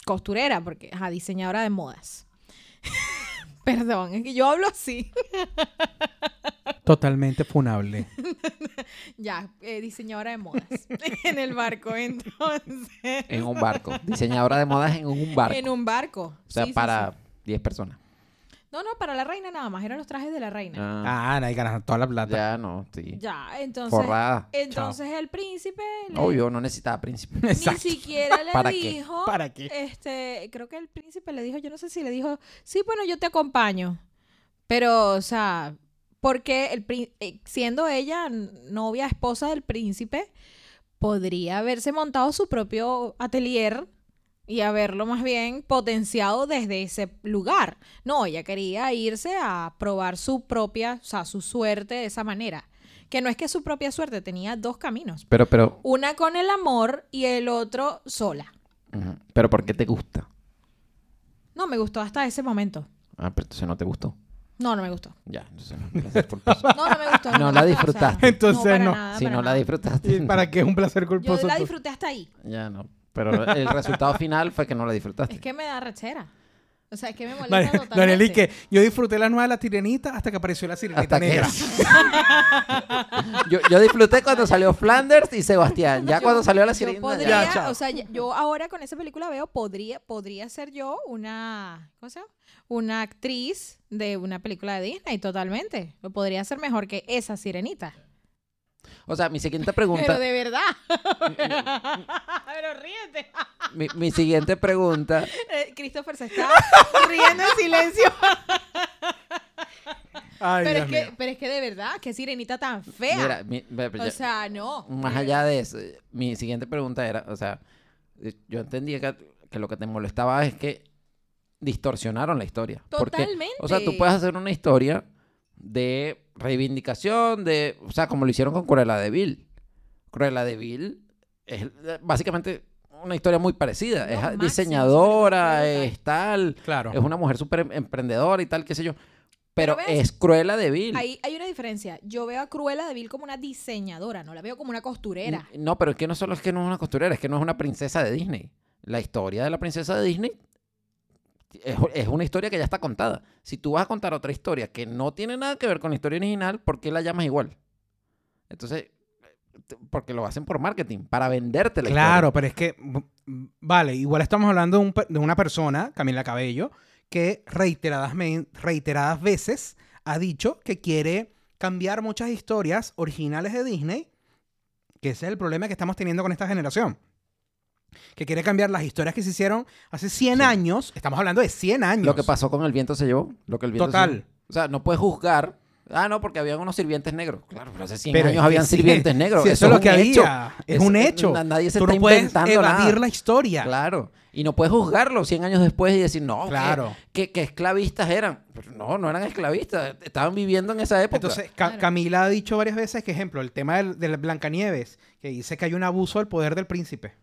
S2: Costurera, porque, ajá, diseñadora de modas. Perdón, es que yo hablo así.
S1: Totalmente funable.
S2: Ya, eh, diseñadora de modas. en el barco, entonces.
S3: En un barco. Diseñadora de modas en un barco.
S2: En un barco.
S3: O sea,
S2: Sí, sí,
S3: para
S2: sí.
S3: 10 personas.
S2: No, no, para la reina nada más. Eran los trajes de la reina.
S3: Ah,
S1: Ah, ahí ganas toda la plata.
S3: ya no, sí.
S2: Ya, entonces.
S3: Forrada.
S2: Entonces el príncipe le-
S3: Obvio, no necesitaba príncipe.
S1: Exacto.
S2: ni siquiera le
S3: ¿Para qué?
S2: dijo,
S1: ¿Para qué?
S2: este, creo que el príncipe le dijo, yo no sé si le dijo, sí, bueno, yo te acompaño, pero, o sea, porque el, prín- eh, siendo ella novia, esposa del príncipe, podría haberse montado su propio atelier y haberlo más bien potenciado desde ese lugar. No, ella quería irse a probar su propia, o sea, su suerte de esa manera. Que no es que su propia suerte, tenía dos caminos.
S3: Pero, pero,
S2: Una con el amor y el otro sola.
S3: ujú, pero ¿por qué te gusta?
S2: No, me gustó hasta ese momento.
S3: Ah, pero entonces no te gustó.
S2: No, no me gustó.
S3: Ya, entonces no. placer culposo.
S2: No, no me gustó.
S3: No
S2: me
S3: la
S2: gustó,
S3: disfrutaste.
S1: Entonces
S2: para
S1: no.
S2: nada,
S3: Si
S2: Ah, para
S3: no la
S2: nada.
S3: disfrutaste.
S1: ¿Y ¿Para qué es un placer culposo?
S2: Yo la
S1: tú?
S2: disfruté hasta ahí.
S3: Ya no. Pero el resultado final fue que no la disfrutaste.
S2: Es que me da rechera. O sea, es que me molesta
S1: Daniel,
S2: totalmente.
S1: Daniel, y que yo disfruté la nueva de la sirenita hasta que apareció la sirenita
S3: Hasta que-
S1: negra.
S3: yo, yo disfruté cuando salió Flanders y Sebastián. Ya
S2: Yo-
S3: cuando salió la
S2: yo
S3: sirena. ya.
S2: podría,
S1: Ya, chao.
S2: o sea, ya- yo ahora con esa película veo, podría, podría ser yo una, ¿cómo se llama? Una actriz de una película de Disney, totalmente. Lo podría ser mejor que esa sirenita.
S3: O sea, mi siguiente pregunta,
S2: Pero de verdad. Pero ríete.
S3: mi, mi siguiente pregunta,
S2: Eh, Christopher se está riendo en silencio.
S1: Ay,
S2: Pero es,
S1: Dios
S2: que,
S1: mío.
S2: pero es que de verdad, qué sirenita tan fea.
S3: mira, mi- ve- ve-
S2: o
S3: ya-
S2: sea, no.
S3: más allá de eso, eh, mi siguiente pregunta era, o sea, eh, yo entendía que, que lo que te molestaba es que distorsionaron la historia. Porque, o sea, tú
S2: Totalmente.
S3: puedes hacer una historia de reivindicación, de, o sea, como lo hicieron con Cruella de Vil. Cruella de Vil es eh, básicamente una historia muy parecida.
S2: Lo
S3: es ah,
S2: máximo,
S3: diseñadora,
S2: súper brutal.
S3: es tal.
S1: Claro.
S3: Es una mujer súper em- emprendedora y tal, qué sé yo. Pero,
S2: Pero ves,
S3: es Cruella de Vil.
S2: Ahí hay una diferencia. Yo veo a Cruella de Vil como una diseñadora, no la veo como una
S1: Mm.
S2: costurera.
S3: N- No, pero es que no solo es que no es una costurera, es que no es una princesa de Disney. La historia de la princesa de Disney es, es una historia que ya está contada. Si tú vas a contar otra historia que no tiene nada que ver con la historia original, ¿por qué la llamas igual? Entonces, t- porque lo hacen por marketing, para venderte la
S1: Claro,
S3: historia.
S1: pero es que, mm, mm, vale, igual estamos hablando de, un pe- de una persona, Camila Cabello, que reiteradas, men- reiteradas veces ha dicho que quiere cambiar muchas historias originales de Disney, que ese es el problema que estamos teniendo con esta generación. Que quiere cambiar las historias que se hicieron hace 100
S3: Sí.
S1: años, estamos hablando de 100 años.
S3: Lo que pasó con el viento se llevó. Lo que el viento se
S1: Total.
S3: llevó. O sea, no puedes juzgar. Ah, no, porque habían unos sirvientes negros. Claro, pero hace 100
S1: Pero es
S3: años
S1: que
S3: habían
S1: sí,
S3: sirvientes negros.
S1: sí, eso, es lo
S3: un
S1: que
S3: hecho.
S1: había, es un
S3: Eso-
S1: hecho.
S3: na- Nadie se
S1: Tú
S3: está
S1: no puedes
S3: inventando
S1: evadir
S3: nada.
S1: la historia.
S3: Claro. Y no puedes juzgarlo 100 años después y decir, no, que-
S1: Claro.
S3: que, que esclavistas eran. Pero no, no eran esclavistas. Estaban viviendo en esa época.
S1: Entonces, Ca-
S2: Claro.
S1: Camila ha dicho varias veces que, ejemplo, el tema del, del Blancanieves, que dice que hay un abuso del poder del príncipe,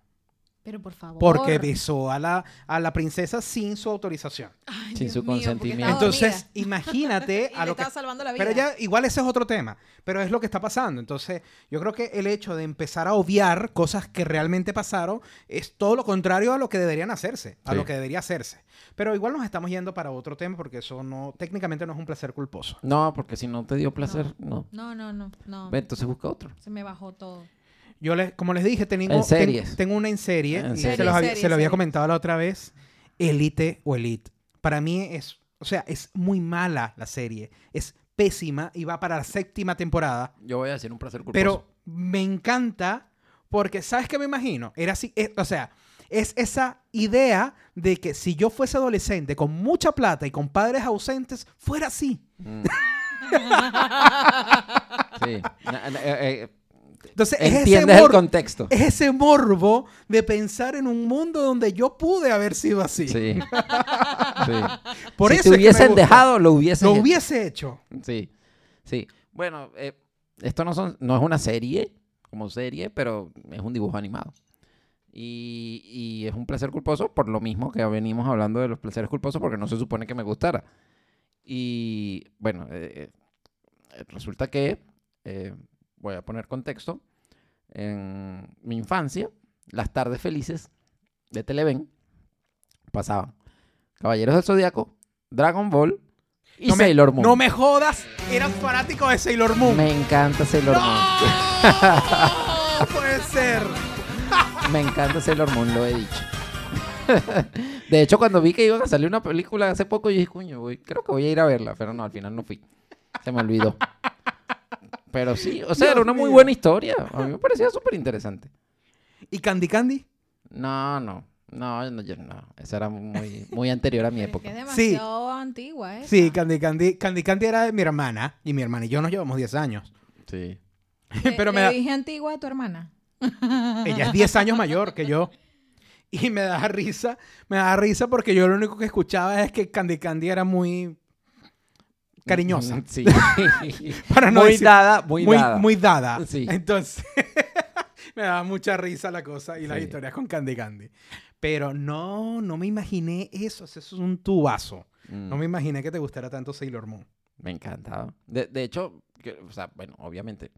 S2: Pero por favor.
S1: porque besó a la, a la princesa sin su autorización.
S2: Ay,
S3: Sin
S2: Dios
S3: su
S2: mío, porque estaba
S3: consentimiento.
S2: dormida.
S1: Entonces, imagínate
S2: Y
S1: a
S2: le
S1: lo que...
S2: estaba salvando la vida.
S1: Pero ya, igual ese es otro tema, pero es lo que está pasando. Entonces, yo creo que el hecho de empezar a obviar cosas que realmente pasaron es todo lo contrario a lo que deberían hacerse, a
S3: Sí.
S1: lo que debería hacerse. Pero igual nos estamos yendo para otro tema porque eso no, técnicamente no es un placer culposo.
S3: No, porque si no te dio placer, no.
S2: No, no, no, no.
S3: Ve, Entonces busca otro.
S2: Se me bajó todo.
S1: Yo les, como les dije, tengo,
S3: En
S1: ten-
S3: series.
S1: tengo una en serie,
S3: En
S1: y
S3: series.
S1: se, los había-
S2: Series,
S1: se lo había
S2: series.
S1: comentado la otra vez, Elite o Elite. Para mí es, o sea, es muy mala la serie, es pésima y va para la séptima temporada,
S3: Yo voy a decir un placer culposo.
S1: pero me encanta porque, ¿sabes qué me imagino? Era así, es- o sea, es esa idea de que si yo fuese adolescente con mucha plata y con padres ausentes, fuera así.
S3: Mm. sí. Na- na- eh, eh,
S1: Entonces, es ese,
S3: entiendes el
S1: mor-
S3: contexto.
S1: es ese morbo de pensar en un mundo donde yo pude haber sido así.
S3: Sí. sí.
S1: Por
S3: si
S1: eso es que
S3: te
S1: me
S3: hubiesen
S1: gusta.
S3: dejado, lo hubiesen
S1: Lo
S3: hecho.
S1: hubiese hecho.
S3: Sí, sí. Bueno, eh, esto no, son, no es una serie, como serie, pero es un dibujo animado. Y, y es un placer culposo por lo mismo que venimos hablando de los placeres culposos porque no se supone que me gustara. Y bueno, eh, eh, resulta que, eh, voy a poner contexto, en mi infancia, las tardes felices de Televen pasaban Caballeros del Zodiaco, Dragon Ball y
S1: No me-
S3: Sailor Moon.
S1: No me jodas, eras fanático de Sailor Moon.
S3: Me encanta Sailor Moon.
S1: ¡No! Oh, Puede ser.
S3: Me encanta Sailor Moon, lo he dicho. De hecho, cuando vi que iban a salir una película hace poco, yo dije, coño, voy- creo que voy a ir a verla. Pero no, al final no fui. Se me olvidó. Pero sí, o sea,
S1: Dios
S3: era una muy
S1: mío.
S3: buena historia. A mí me parecía súper interesante.
S1: ¿Y Candy Candy?
S3: No, no. No, no, yo no. Esa era muy, muy anterior a mi
S2: Pero es que
S3: época.
S2: es
S1: Sí.
S2: demasiado antigua, ¿eh?
S1: Sí, Candy Candy. Candy Candy era de mi hermana. Y mi hermana y yo nos llevamos 10 años.
S3: Sí.
S1: Pero me
S2: le
S1: da-
S2: dije antigua a tu hermana.
S1: Ella es 10 años mayor que yo. Y me da risa. Me da risa porque yo lo único que escuchaba es que Candy Candy era muy cariñosa.
S3: Sí.
S1: Para no
S3: muy
S1: decir-
S3: dada, muy,
S1: muy,
S3: dada.
S1: muy dada.
S3: Sí.
S1: Entonces, me daba mucha risa la cosa y las
S3: Sí.
S1: historias con Candy Candy. Pero no, no me imaginé eso. o sea, Eso es un tubazo.
S3: Mm.
S1: No me imaginé que te gustara tanto Sailor Moon.
S3: Me encantaba. De, de hecho, que- o sea, bueno, obviamente.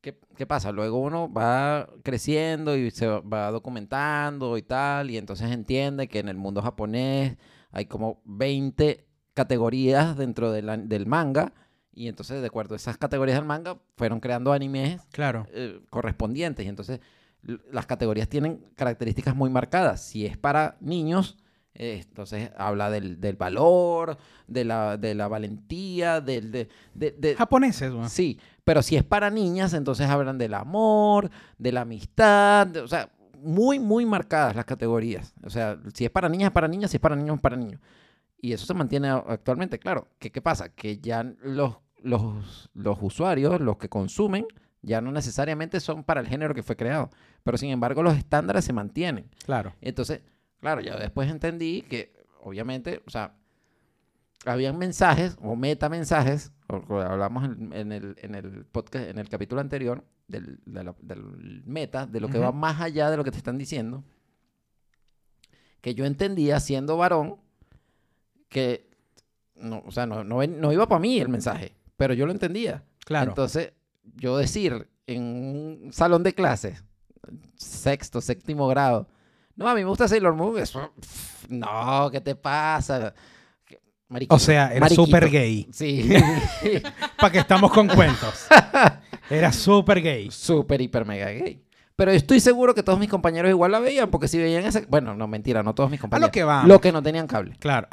S3: ¿Qué, qué pasa? Luego uno va creciendo y se va- va documentando y tal, y entonces entiende que en el mundo japonés hay como 20 categorías dentro de la- del manga. Y entonces, de acuerdo a esas categorías del manga, fueron creando animes
S1: Claro.
S3: eh, correspondientes. Y entonces l- las categorías tienen características muy marcadas. Si es para niños, eh, entonces habla del, del valor, de la, de la valentía, del... De, de-
S1: Ah,
S3: de-
S1: Japoneses, Eh, weón.
S3: sí, pero si es para niñas, entonces hablan del amor, de la amistad, de- o sea, muy, muy marcadas las categorías. O sea, si es para niñas, es para niñas, si es para niños, es para niños. Y eso se mantiene a- actualmente, claro. ¿Qué, qué pasa? Que ya los, los, los usuarios, los que consumen, ya no necesariamente son para el género que fue creado. Pero sin embargo, los estándares se mantienen.
S1: Claro.
S3: Entonces, claro, ya después entendí que, obviamente, o sea, habían mensajes o metamensajes, o- o hablamos en, en el, en el podcast, en el capítulo anterior, del, de la- del meta, de lo que va
S1: Ujú.
S3: más allá de lo que te están diciendo, que yo entendía, siendo varón, que, no, o sea, no, no, ven- no iba para mí el mensaje, pero yo lo entendía.
S1: Claro.
S3: Entonces, yo decir en un salón de clases, sexto, séptimo grado, no, a mí me gusta Sailor Moon, eso, pf, no, ¿qué te pasa? Que- mariquito,
S1: o sea, era
S3: mariquito.
S1: súper gay.
S3: Sí,
S1: Para que estamos con cuentos. Era súper gay.
S3: súper, hiper, mega gay. Pero estoy seguro que todos mis compañeros igual la veían, porque si veían ese... Bueno, no, mentira, no todos mis compañeros.
S1: que vamos.
S3: Los que no tenían cable.
S1: Claro.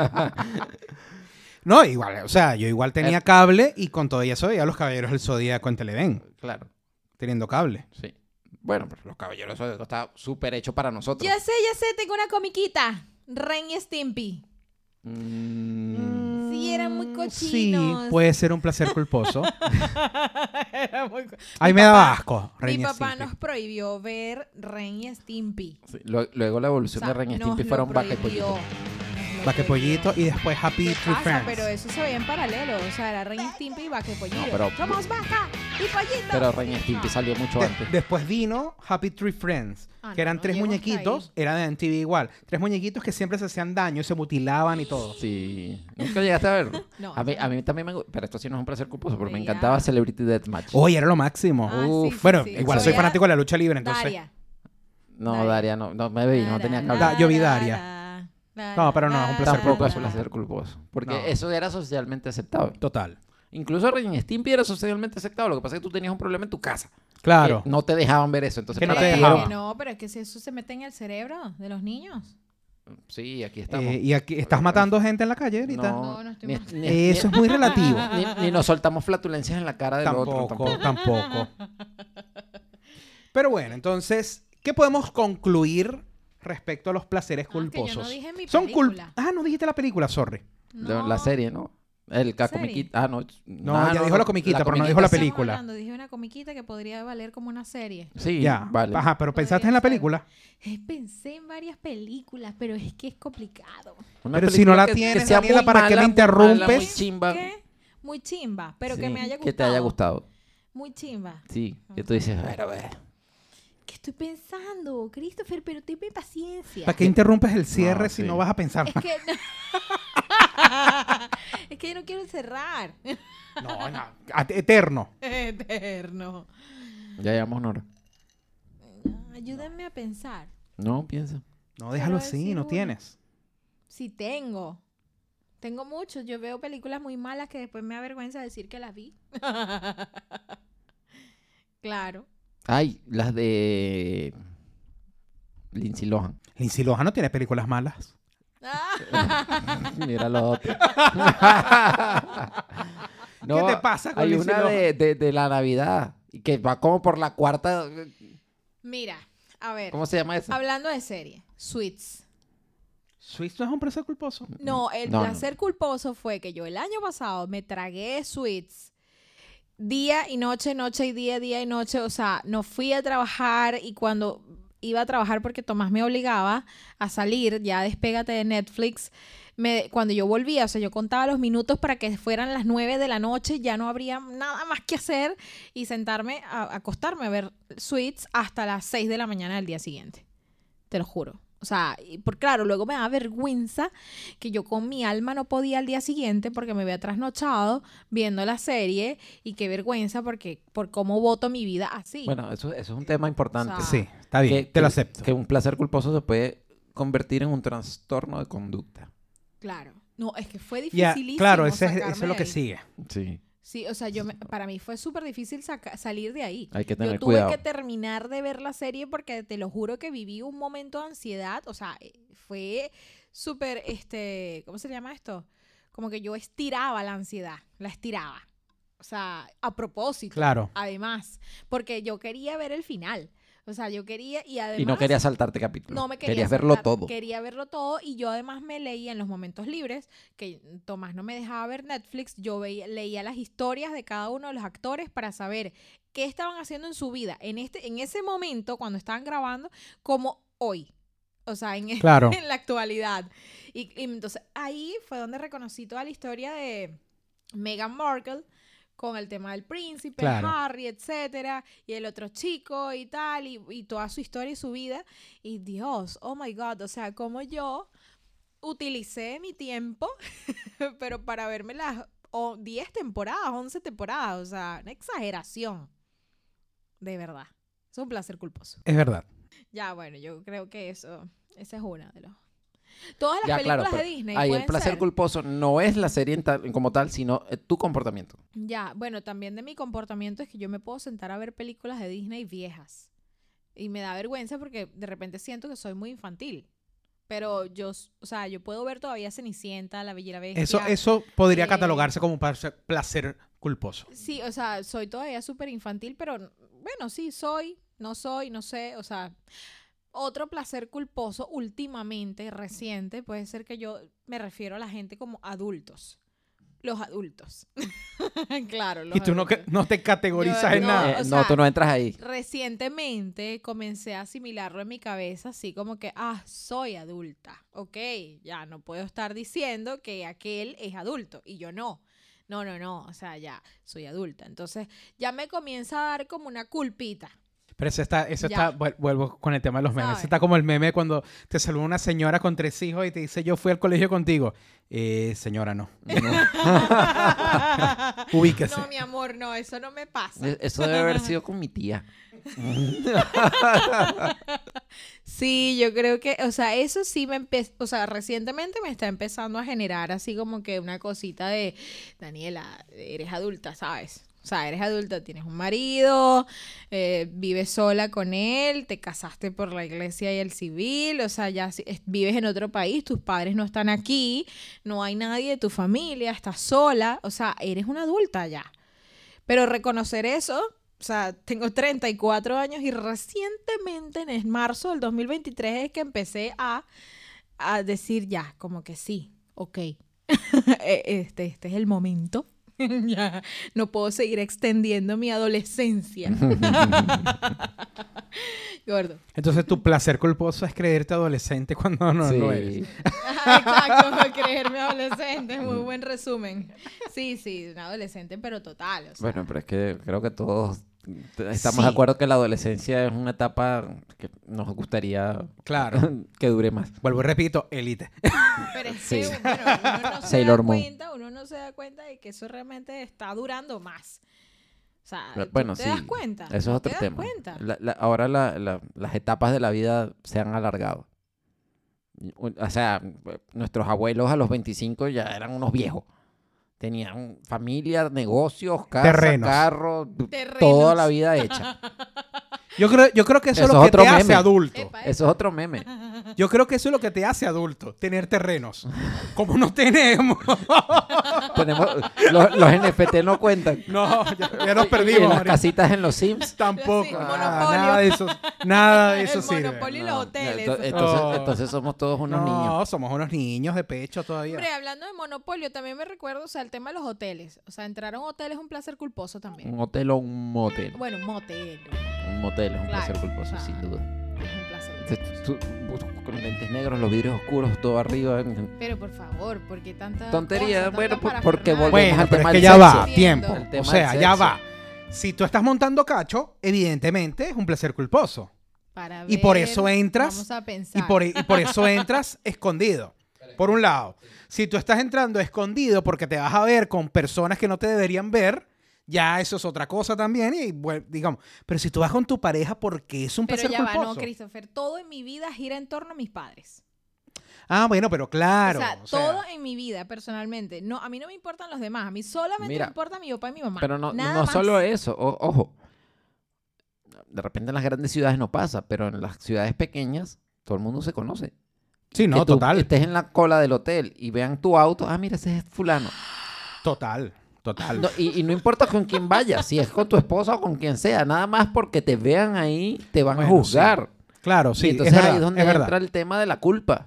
S1: no, igual, o sea, yo igual
S3: Eh,
S1: tenía cable y con todo eso veía a los caballeros del Zodíaco en Televen,
S3: Claro,
S1: teniendo cable.
S3: sí. Bueno, pero los caballeros eso está súper hecho para nosotros.
S2: Ya sé, ya sé, tengo una comiquita. Ren y Stimpy.
S3: Mm,
S2: Sí, eran muy
S1: Mm,
S2: cochinos.
S1: Sí, puede ser un placer culposo.
S2: Era muy co-
S1: Ahí
S2: Mi
S1: me daba
S2: papá-
S1: asco.
S2: Mi
S1: Ren y
S2: papá
S1: Stimpy.
S2: nos prohibió ver Ren y Stimpy.
S3: sí. Lo- Luego la
S2: O
S3: evolución
S2: sea,
S3: de Ren y
S2: nos
S3: Stimpy
S2: lo
S3: fueron vaca y
S2: prohibió.
S3: pollito.
S2: Nos lo
S1: Vaquepollito y después Happy
S2: ¿Qué
S1: Tree
S2: pasa?
S1: Friends.
S2: Pero eso se veía en paralelo. O sea, era Ren y Stimpy y Vaca y Pollito.
S3: No, pero-
S2: ¡Somos Vaca y Pollito!
S3: Pero Ren y Stimpy salió mucho
S1: Ah. De-
S3: antes.
S1: después vino Happy Tree Friends,
S2: Ah,
S1: que
S2: no,
S1: eran
S2: no
S1: tres
S2: llego hasta
S1: muñequitos, era de MTV igual, tres muñequitos que siempre se hacían daño, se mutilaban y todo.
S3: Sí. Nunca llegaste a verlo.
S2: No,
S3: a, mí,
S2: no.
S3: a mí también me gusta. Pero esto sí no es un placer culposo, porque me
S2: Veía.
S3: encantaba Celebrity Deathmatch.
S1: Oye, era lo máximo.
S2: Ah, sí, sí,
S1: bueno,
S2: sí.
S1: igual
S3: Eso
S1: soy
S3: ya-
S1: fanático de la lucha libre, entonces.
S2: Daria.
S3: no,
S2: Daria.
S3: Daria, no, no me veía, no tenía que
S1: Da-
S3: hablar.
S1: yo vi Daria. No, pero no, es un placer
S3: Tampoco es
S1: culposo.
S3: un placer culposo. Porque
S1: No.
S3: eso era socialmente aceptable.
S1: Total.
S3: Incluso Ren y Stimpy era socialmente aceptable. Lo que pasa es que tú tenías un problema en tu casa.
S1: Claro. Eh,
S3: Que Eh, no te dejaban ver eso. Entonces,
S1: Que no
S3: ¿para
S1: te
S3: qué?
S2: Pero
S1: dejaban.
S2: que No, pero es que si eso se mete en el cerebro de los niños.
S3: Sí, aquí estamos.
S1: Eh, y aquí estás matando gente en la calle ahorita.
S3: No,
S2: No, no estoy
S3: ni-
S2: mal.
S3: ni- ni-
S1: Eso es muy relativo.
S3: ni- ni nos soltamos flatulencias en la cara del otro.
S1: tampoco,
S3: Tampoco.
S1: tampoco. Pero bueno, entonces, ¿qué podemos concluir respecto a los placeres
S2: Ah, que yo no
S1: culposos?
S2: dije mi
S1: Son cul-
S2: película.
S1: Ah, no dijiste la película, sorry.
S3: De-
S2: No,
S3: La serie, ¿no? El la
S2: ¿Serie?
S3: comiquita. Ah, no.
S1: No, ya dijo la comiquita, pero no dijo
S2: ¿de
S1: la
S2: qué estamos
S1: película.
S2: hablando? Dije una comiquita que podría valer como una serie.
S3: Sí,
S1: ya.
S3: vale.
S1: Ajá, pero pensaste
S2: Podría
S1: en la
S2: ser.
S1: película.
S2: Eh, pensé en varias películas, pero es que es complicado.
S3: Una
S1: Pero si no
S3: película
S1: la
S3: que- que
S1: tienes,
S3: sea
S1: Daniela,
S3: muy
S1: ¿para qué la
S3: mala, muy mala, Muy
S1: interrumpes?
S3: chimba.
S2: ¿Qué? Muy chimba, pero que
S3: Sí,
S2: me haya gustado.
S3: Que te haya gustado.
S2: Muy chimba.
S3: Sí. Que tú dices, bueno, bueno.
S2: ¿Qué estoy pensando? Christopher, pero tenme paciencia.
S1: ¿Para qué interrumpes el cierre
S3: No,
S1: si
S3: sí.
S1: no vas a pensar?
S2: Es que... es que yo no quiero cerrar.
S1: No, no, a- eterno.
S2: Eterno.
S3: Ya llevamos una hora.
S2: Ayúdenme a pensar.
S3: No, piensa.
S1: No, déjalo
S2: Pero
S1: así,
S2: decir
S1: no
S2: una.
S1: tienes.
S2: Si tengo. Tengo muchos. Yo veo películas muy malas que después me avergüenza decir que las vi. claro.
S3: Ay, las de Lindsay Lohan.
S1: Lindsay Lohan no tiene películas malas.
S3: Mira lo otro. No,
S1: ¿Qué te pasa con
S3: Hay
S1: Lindsay
S3: una
S1: Lohan?
S3: de, de, de la Navidad. y Que va como por la cuarta.
S2: Mira, a ver.
S3: ¿Cómo se llama esa?
S2: Hablando de serie, Sweets.
S1: Swiss no es un preso culposo.
S2: No, el
S3: Mm. No, no.
S2: placer culposo fue que yo el año pasado me tragué Sweets día y noche, noche y día, día y noche. O sea, no fui a trabajar y cuando iba a trabajar porque Tomás me obligaba a salir, ya despégate de Netflix. Me, cuando yo volvía, o sea, yo contaba los minutos para que fueran las 9 de la noche, ya no habría nada más que hacer y sentarme, a, acostarme a ver Sweets hasta las 6 de la mañana del día siguiente. Te lo juro. O sea, y por claro, luego me da vergüenza que yo con mi alma no podía al día siguiente porque me había trasnochado viendo la serie y qué vergüenza porque por cómo voto mi vida así.
S3: Bueno, eso, eso es un tema importante.
S2: Ah.
S1: Sí, está bien,
S3: que-
S1: te lo
S3: que-
S1: acepto.
S3: Que un placer culposo se puede convertir en un trastorno de conducta.
S2: Claro. No, es que fue
S1: Ya,
S2: dificilísimo.
S1: claro, ese es, eso
S2: sacarme
S1: es lo
S2: de
S1: que
S2: ahí.
S1: sigue.
S3: Sí.
S2: Sí, o sea, yo me- para mí fue súper difícil saca- salir de ahí.
S3: Hay que
S2: Yo
S3: tener
S2: tuve
S3: cuidado.
S2: que terminar de ver la serie porque te lo juro que viví un momento de ansiedad. O sea, eh, fue súper, este, ¿cómo se llama esto? Como que yo estiraba la ansiedad, la estiraba. O sea, a propósito.
S1: Claro.
S2: Además, porque yo quería ver el final. O sea, yo quería y además...
S3: y no querías saltarte capítulos.
S2: No me quería
S3: Querías verlo
S2: saltar,
S3: todo.
S2: Quería verlo todo y yo además me leía en los momentos libres, que Tomás no me dejaba ver Netflix, yo veía, leía las historias de cada uno de los actores para saber qué estaban haciendo en su vida, en, este, en ese momento cuando estaban grabando, como hoy. O sea, en, e-,
S1: Claro.
S2: en la actualidad. Y, y entonces ahí fue donde reconocí toda la historia de Meghan Markle con el tema del príncipe,
S1: Claro.
S2: Harry, etcétera, y el otro chico y tal, y, y toda su historia y su vida. Y Dios, oh my God, o sea, como yo utilicé mi tiempo, pero para verme las o 10 temporadas, 11 temporadas, o sea, una exageración. De verdad. Es un placer culposo.
S1: Es verdad.
S2: Ya, bueno, yo creo que eso, esa es una de los... Todas las
S3: Ya, claro,
S2: películas
S3: pero
S2: de Disney
S3: ahí el
S2: pueden
S3: placer
S2: ser.
S3: culposo no es la serie en tal- como tal, sino eh, tu comportamiento.
S2: Ya, bueno, también de mi comportamiento es que yo me puedo sentar a ver películas de Disney viejas. Y me da vergüenza porque de repente siento que soy muy infantil. Pero yo, s- o sea, yo puedo ver todavía Cenicienta, La Bella y la Bestia.
S1: Eso, eso podría
S2: Eh,
S1: catalogarse como un placer- placer culposo.
S2: Sí, o sea, soy todavía súper infantil, pero n- bueno, sí, soy, no soy, no sé, o sea, otro placer culposo últimamente, reciente, puede ser que yo me refiero a la gente como adultos. Los adultos. claro, los
S1: Y tú no, que-
S2: adultos.
S1: no te categorizas
S2: Yo-
S1: en
S2: no,
S1: nada.
S3: Eh,
S2: o
S3: no,
S2: sea,
S3: tú no entras ahí.
S2: Recientemente comencé a asimilarlo en mi cabeza, así como que, ah, soy adulta, ok, ya no puedo estar diciendo que aquel es adulto y yo no. No, no, no, o sea, ya soy adulta. Entonces ya me comienza a dar como una culpita.
S1: Pero eso está, eso
S2: Ya.
S1: está, vuel- vuelvo con el tema de los memes.
S2: ¿Sabes?
S1: Eso está como el meme cuando te saluda una señora con tres hijos y te dice, yo fui al colegio contigo. Eh, señora, no. Ubíquese.
S2: no, mi amor, no, eso no me pasa.
S3: Eh, Eso debe haber sido con mi tía.
S2: Sí, yo creo que, o sea, eso sí me empezó, o sea, recientemente me está empezando a generar así como que una cosita de, Daniela, eres adulta, ¿sabes? O sea, eres adulta, tienes un marido, eh, vives sola con él, te casaste por la iglesia y el civil, o sea, ya si- es- vives en otro país, tus padres no están aquí, no hay nadie de tu familia, estás sola, o sea, eres una adulta ya. Pero reconocer eso, o sea, tengo 34 años y recientemente en el marzo del 2023 es que empecé a, a decir ya, como que sí, ok, e- este, este es el momento. Ya, no puedo seguir extendiendo mi adolescencia. Gordo.
S1: Entonces tu placer culposo es creerte adolescente cuando no
S3: Sí.
S1: lo eres.
S2: Ah, Exacto, creerme adolescente, muy
S3: Mm.
S2: buen resumen. Sí, sí, un adolescente, pero total. o sea.
S3: Bueno, pero es que creo que todos t- estamos de
S1: Sí.
S3: acuerdo que la adolescencia es una etapa que nos gustaría
S1: Claro.
S3: que dure más.
S1: Vuelvo y repito, élite.
S2: Pero es
S3: Sí.
S2: que bueno, uno no se
S3: Sailor
S2: da
S3: Moon.
S2: cuenta, uno no se da cuenta de que eso realmente está durando más. O sea,
S3: Pero,
S2: ¿tú
S3: bueno,
S2: ¿te
S3: sí.
S2: das cuenta?
S3: Eso es
S2: ¿Te
S3: otro
S2: das
S3: tema.
S2: cuenta?
S3: La- la- ahora la- la- las etapas de la vida se han alargado. Y- u- O sea, nuestros abuelos a los 25 ya eran unos viejos. Tenían familia, negocios, casa,
S1: Terrenos.
S3: carro, d- toda
S2: Terrenos.
S3: la vida hecha.
S1: Yo creo, yo creo que eso,
S3: Eso
S1: es lo
S3: es
S1: que
S3: otro
S1: te hace
S3: meme.
S1: adulto.
S2: Epa, epa.
S3: Eso es otro meme.
S1: Yo creo que eso es lo que te hace adulto, tener terrenos. Como no tenemos.
S3: Ponemos, los, los NFT no cuentan.
S1: No, ya, ya nos
S3: Y
S1: perdimos.
S3: las
S1: ahorita.
S3: casitas en los Sims.
S1: Tampoco.
S2: Sí,
S1: nada,
S2: monopolio.
S1: nada de eso, nada de
S2: El
S1: Ah, eso sirve.
S2: monopolio. Poli los hoteles.
S3: ento- Entonces,
S1: Oh.
S3: entonces somos todos unos
S1: no,
S3: niños.
S1: somos unos niños de pecho todavía.
S2: Hombre, hablando de monopolio, también me recuerdo, o sea, el tema de los hoteles. O sea, entrar a un hotel es un placer culposo también.
S3: Un hotel o un motel.
S2: Bueno, un motel
S3: Un motel es un
S2: Claro,
S3: placer culposo,
S2: o sea.
S3: sin duda.
S2: es un placer.
S3: Entonces, tú- tú- con lentes negros, los vidrios oscuros, todo arriba. en- en-
S2: Pero por favor, porque tanta
S3: Tontería,
S2: cosa,
S3: bueno,
S2: tanta
S3: por- porque
S2: parafernalia?
S3: volvemos
S1: Bueno,
S3: al
S1: pero
S3: tema
S1: es que
S3: del
S1: ya
S3: sexo.
S1: va, tiempo.
S3: El tema
S1: O
S3: del
S1: sea, ya
S3: sexo.
S1: va. Si tú estás montando cacho, evidentemente es un placer culposo.
S2: Para
S1: Y por
S2: ver,
S1: eso entras,
S2: Vamos a
S1: Y
S2: pensar.
S1: por, e, y por eso entras escondido. Por un lado, si tú estás entrando escondido porque te vas a ver con personas que no te deberían ver, ya eso es otra cosa también. Y bueno, digamos, pero si tú vas con tu pareja porque es un
S2: Pero
S1: placer
S2: ya va, no,
S1: culposo.
S2: Christopher, todo en mi vida gira en torno a mis padres.
S1: ah, bueno, pero claro.
S2: o sea,
S1: o sea,
S2: todo en mi vida, personalmente. No, a mí no me importan los demás, a mí solamente
S3: Mira,
S2: me importa mi papá y mi mamá.
S3: Pero no,
S2: Nada
S3: no
S2: más.
S3: solo eso, o- ojo. De repente en las grandes ciudades no pasa, pero en las ciudades pequeñas todo el mundo se conoce.
S1: sí, no,
S3: que tú
S1: total,
S3: estés en la cola del hotel y vean tu auto, ah, mira, ese es fulano.
S1: total, total.
S3: No, y, y no importa con quién vayas, si es con tu esposa o con quien sea, nada más porque te vean ahí, te van a
S1: Bueno, sí.
S3: juzgar.
S1: Claro,
S3: Y
S1: sí,
S3: entonces
S1: es verdad,
S3: ahí es donde
S1: es
S3: entra
S1: verdad.
S3: el tema de la culpa.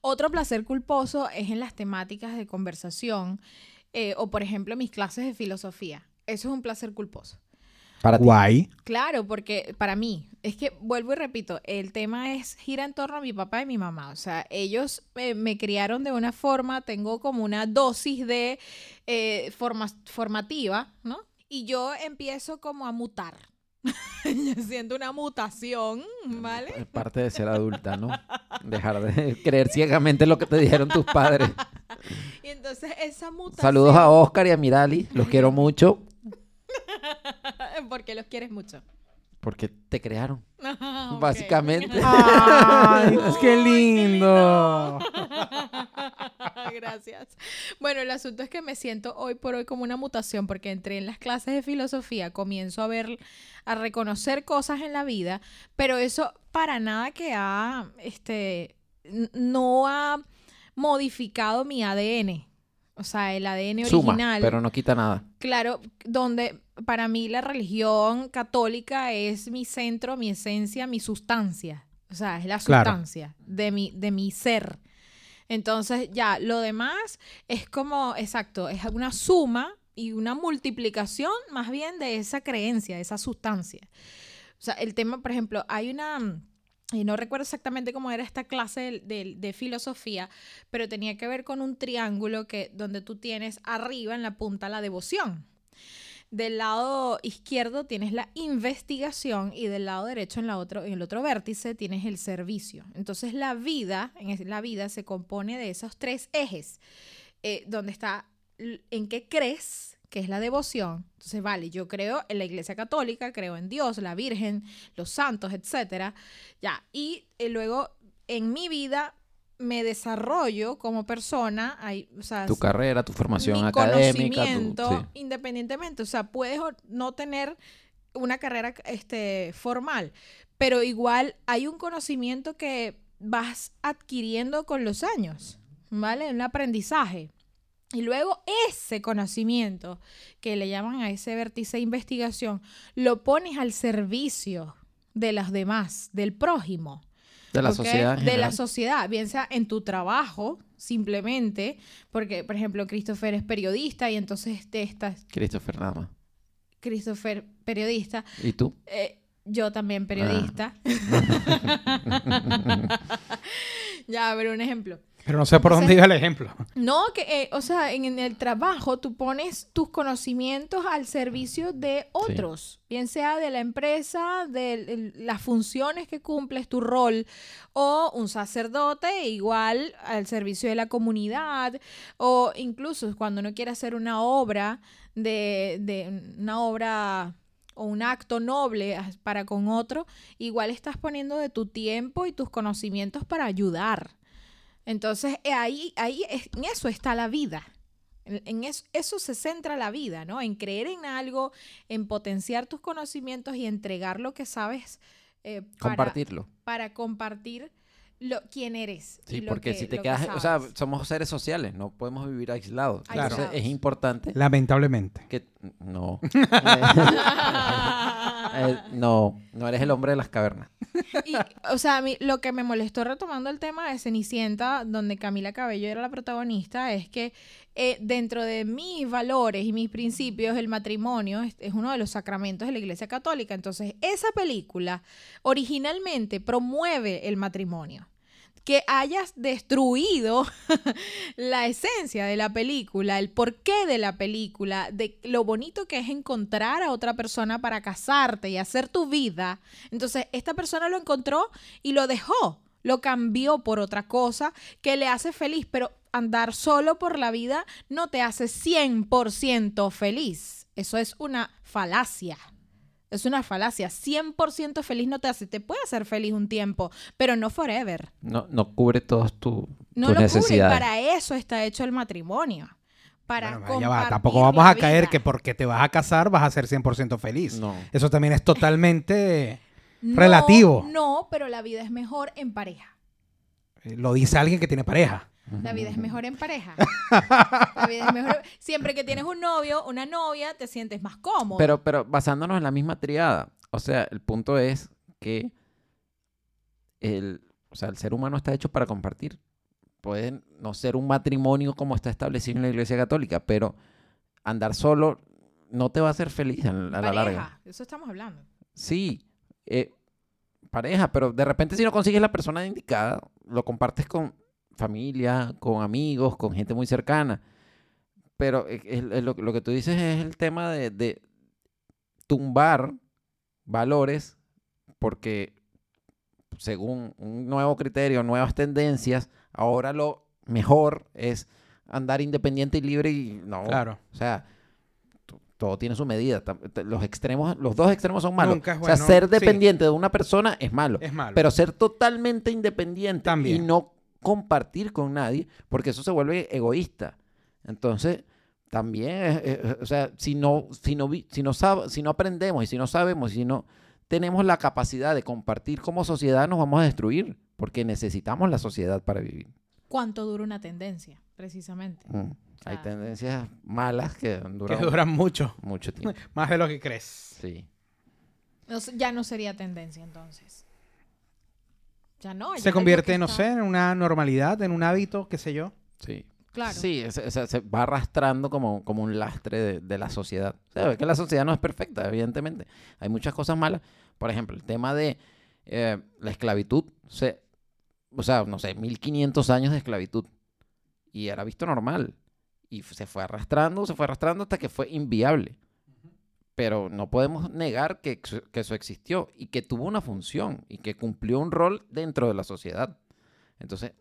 S2: Otro placer culposo es en las temáticas de conversación eh, o, por ejemplo, mis clases de filosofía. Eso es un placer culposo.
S3: Para ti.
S1: Guay.
S2: Claro, porque para mí, es que vuelvo y repito, el tema es gira en torno a mi papá y mi mamá. O sea, ellos eh, me criaron de una forma, tengo como una dosis de eh, forma- formativa, ¿no? Y yo empiezo como a mutar. Yo siento una mutación, ¿vale?
S3: Es parte de ser adulta, ¿no? Dejar de creer ciegamente lo que te dijeron tus padres.
S2: Y entonces esa mutación.
S3: Saludos a Oscar y a Mirali, los quiero mucho
S2: Porque los quieres mucho.
S3: porque te crearon,
S2: Ah, ok.
S3: básicamente.
S1: Ay,
S2: Ay,
S1: qué
S2: qué
S1: lindo.
S2: Gracias. Bueno, el asunto es que me siento hoy por hoy como una mutación porque entré en las clases de filosofía, comienzo a ver, a reconocer cosas en la vida, pero eso para nada que ha, este, n- no ha modificado mi ADN. O sea, el ADN original.
S3: Suma, pero no quita nada.
S2: Claro, donde para mí la religión católica es mi centro, mi esencia, mi sustancia. O sea, es la
S1: Claro.
S2: sustancia de, mi, de mi ser. Entonces, ya, lo demás es como, exacto, es una suma y una multiplicación más bien de esa creencia, de esa sustancia. O sea, el tema, por ejemplo, hay una, y no recuerdo exactamente cómo era esta clase del- del- de, filosofía, pero tenía que ver con un triángulo que, donde tú tienes arriba en la punta la devoción. Del lado izquierdo tienes la investigación y del lado derecho en, la otro, en el otro vértice tienes el servicio. Entonces la vida, en es- la vida se compone de esos tres ejes, eh, donde está l- en qué crees, que es la devoción. Entonces, vale, yo creo en la Iglesia Católica, creo en Dios, la Virgen, los santos, etcétera. Ya, y eh, luego en mi vida me desarrollo como persona, hay, o sea,
S3: Tu carrera, tu formación
S2: mi
S3: académica, tu,
S2: conocimiento,
S3: sí.
S2: independientemente. O sea, puedes o- no tener una carrera este, formal, pero igual hay un conocimiento que vas adquiriendo con los años, ¿vale? Un aprendizaje. Y luego ese conocimiento que le llaman a ese vértice de investigación, lo pones al servicio de los demás, del prójimo.
S3: de la
S2: ¿ok?
S3: sociedad. en
S2: De la
S3: general.
S2: sociedad, piensa en tu trabajo, simplemente, porque, por ejemplo, Christopher es periodista y entonces te estás,
S3: Christopher nada más.
S2: Christopher periodista,
S3: ¿Y tú?
S2: eh, yo
S3: Ah.
S2: también periodista. ya, pero un ejemplo.
S1: Pero no sé por dónde iba el ejemplo.
S2: No, que, eh, o sea, en, en el trabajo tú pones tus conocimientos al servicio de otros, bien sea de la empresa, de el- las funciones que cumples, tu rol, o un sacerdote igual al servicio de la comunidad, o incluso cuando uno quiere hacer una obra de, de una obra o un acto noble as- para con otro, igual estás poniendo de tu tiempo y tus conocimientos para ayudar. Entonces, eh, ahí, ahí, es- en eso está la vida. En, en es- eso, se centra la vida, ¿no? En creer en algo, en potenciar tus conocimientos y entregar lo que sabes eh, para,
S3: Compartirlo.
S2: para compartir lo, quién eres. y
S3: Sí,
S2: lo
S3: porque
S2: que-
S3: si te
S2: lo que
S3: quedas, o sea,
S2: sabes.
S3: somos seres sociales, no podemos vivir aislados.
S2: Claro.
S3: Entonces es importante
S1: Lamentablemente.
S3: que no. Eh, no, no eres el hombre de las cavernas.
S2: Y, o sea, a mí lo que me molestó retomando el tema de Cenicienta, donde Camila Cabello era la protagonista, es que eh, dentro de mis valores y mis principios, el matrimonio es, es uno de los sacramentos de la Iglesia Católica. Entonces, esa película originalmente promueve el matrimonio. Que hayas destruido la esencia de la película, el porqué de la película, de lo bonito que es encontrar a otra persona para casarte y hacer tu vida. Entonces, esta persona lo encontró y lo dejó, lo cambió por otra cosa que le hace feliz, pero andar solo por la vida no te hace 100% feliz. Eso es una falacia. Es una falacia. 100% feliz no te hace. Te puede hacer feliz un tiempo, pero no forever.
S3: No, no cubre todos tu-
S2: No lo
S3: tus
S2: cubre. y
S3: necesidades.
S2: Para eso está hecho el matrimonio. Para
S1: Bueno, ya va,
S2: compartir
S1: Tampoco vamos
S2: la
S1: a caer
S2: vida.
S1: que porque te vas a casar vas a ser 100% feliz.
S3: No.
S1: Eso también es totalmente...
S2: No,
S1: relativo.
S2: No, pero la vida es mejor en pareja.
S1: eh, Lo dice alguien que tiene pareja.
S2: La vida es mejor en pareja. La vida es mejor. Siempre que tienes un novio, una novia, te sientes más cómodo.
S3: Pero, pero basándonos en la misma triada, o sea, el punto es que el, o sea, el ser humano está hecho para compartir. Puede no ser un matrimonio como está establecido en la Iglesia Católica, pero andar solo no te va a hacer feliz a la, a la
S2: pareja.
S3: larga.
S2: Eso estamos hablando.
S3: Sí, eh, pareja, pero de repente si no consigues la persona indicada, lo compartes con familia, con amigos, con gente muy cercana. Pero e- es- es lo, lo que tú dices es el tema de, de tumbar valores porque según un nuevo criterio, nuevas tendencias, ahora lo mejor es andar independiente y libre y no.
S1: Claro.
S3: O sea, to- todo tiene su medida. Tam- te- Los extremos, los dos extremos son malos.
S1: Nunca es
S3: O sea,
S1: bueno,
S3: ser
S1: sí.
S3: dependiente de una persona es malo.
S1: Es malo.
S3: Pero ser totalmente independiente y
S1: También.
S3: no compartir con nadie, porque eso se vuelve egoísta. Entonces, también, es- es- o sea, si no, si no, vi- si no sab- si no aprendemos y si no sabemos y si no tenemos la capacidad de compartir como sociedad, nos vamos a destruir, porque necesitamos la sociedad para vivir.
S2: ¿Cuánto dura una tendencia? Precisamente.
S3: Mm. Hay
S2: Claro.
S3: tendencias malas que han
S1: Ah. que
S3: durado
S1: duran mucho.
S3: mucho tiempo.
S1: Más de lo que crees.
S3: Sí.
S2: No sé, ya no sería tendencia entonces. Ya no. ya es
S1: Se
S2: algo
S1: convierte,
S2: que
S1: no
S2: está-
S1: sé, en una normalidad, en un hábito, qué sé yo.
S3: Sí.
S2: Claro.
S3: Sí, o sea, o sea, se va arrastrando como, como un lastre de, de la sociedad. O sea, es que la sociedad no es perfecta, evidentemente. Hay muchas cosas malas. Por ejemplo, el tema de eh, la esclavitud. Se, o sea, no sé, 1500 años de esclavitud. Y era visto normal. Y f- se fue arrastrando, se fue arrastrando hasta que fue inviable. Pero no podemos negar que, ex- que eso existió y que tuvo una función y que cumplió un rol dentro de la sociedad. Entonces,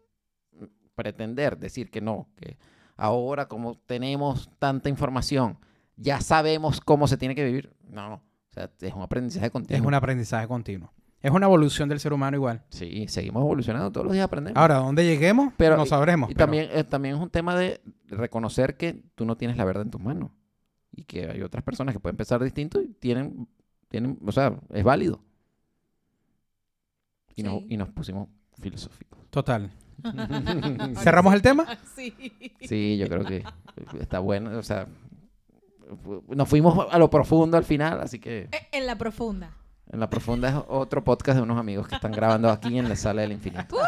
S3: m- pretender decir que no, que ahora como tenemos tanta información, ya sabemos cómo se tiene que vivir. No, o sea, es un aprendizaje continuo.
S1: Es un aprendizaje continuo. Es una evolución del ser humano igual.
S3: Sí, seguimos evolucionando, todos los días aprendemos.
S1: Ahora, ¿dónde lleguemos?
S3: Pero-
S1: no sabremos.
S3: Y
S1: pero-
S3: también, eh, también es un tema de reconocer que tú no tienes la verdad en tus manos y que hay otras personas que pueden pensar distinto y tienen, tienen o sea, es válido. Y, nos,
S2: Sí.
S3: y nos pusimos filosóficos.
S1: Total.
S2: Ahora
S1: ¿Cerramos el tema?
S2: Sí.
S3: Sí, yo creo que eh, está bueno, o sea, fu- nos fuimos a lo profundo al final, así que
S2: Eh, En la profunda.
S3: en la profunda es otro podcast de unos amigos que están grabando aquí en la sala del infinito.
S2: Bravo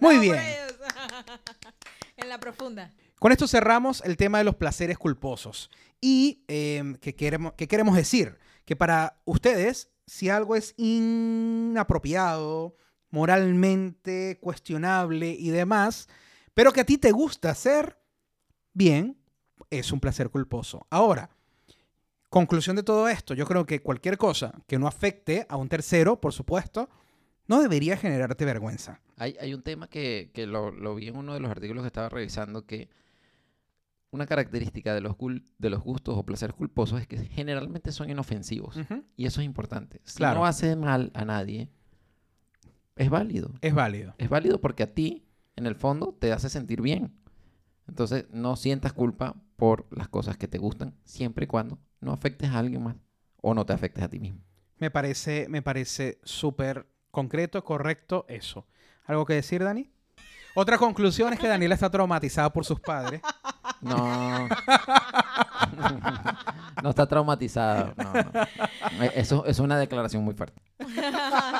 S1: Muy
S2: por
S1: bien.
S2: ellos. en la profunda.
S1: Con esto cerramos el tema de los placeres culposos. ¿Y eh, ¿qué, queremos, qué queremos decir? Que para ustedes, si algo es inapropiado, moralmente cuestionable y demás, pero que a ti te gusta hacer, bien, es un placer culposo. Ahora, conclusión de todo esto, yo creo que cualquier cosa que no afecte a un tercero, por supuesto, no debería generarte vergüenza.
S3: Hay, hay un tema que, que lo, lo vi en uno de los artículos que estaba revisando que una característica de los, cul- de los gustos o placeres culposos es que generalmente son inofensivos. Y eso es importante. Si
S1: Mm. Claro.
S3: no hace mal a nadie, es válido.
S1: Es válido.
S3: Es válido porque a ti, en el fondo, te hace sentir bien. Entonces, no sientas culpa por las cosas que te gustan, siempre y cuando no afectes a alguien más o no te afectes a ti mismo.
S1: Me parece, me parece súper concreto, correcto eso. ¿Algo que decir, Dani? Otra conclusión es que Daniela está traumatizada por sus padres.
S3: No. no está traumatizado. No, no. Eh, Eso es una declaración muy fuerte.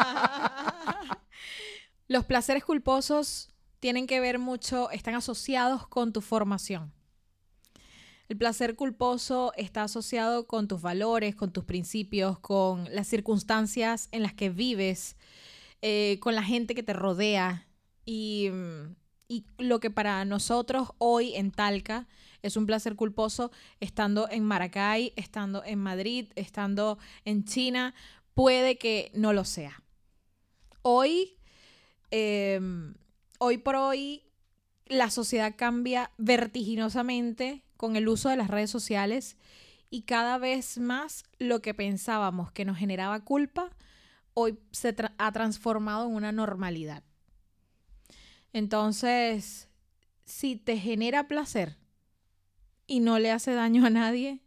S2: Los placeres culposos tienen que ver mucho, están asociados con tu formación. El placer culposo está asociado con tus valores, con tus principios, con las circunstancias en las que vives, eh, con la gente que te rodea y, mm, y lo que para nosotros hoy en Talca es un placer culposo, estando en Maracay, estando en Madrid, estando en China, puede que no lo sea. Hoy, em, hoy por hoy, la sociedad cambia vertiginosamente con el uso de las redes sociales y cada vez más lo que pensábamos que nos generaba culpa hoy se tra- ha transformado en una normalidad. Entonces, si te genera placer y no le hace daño a nadie,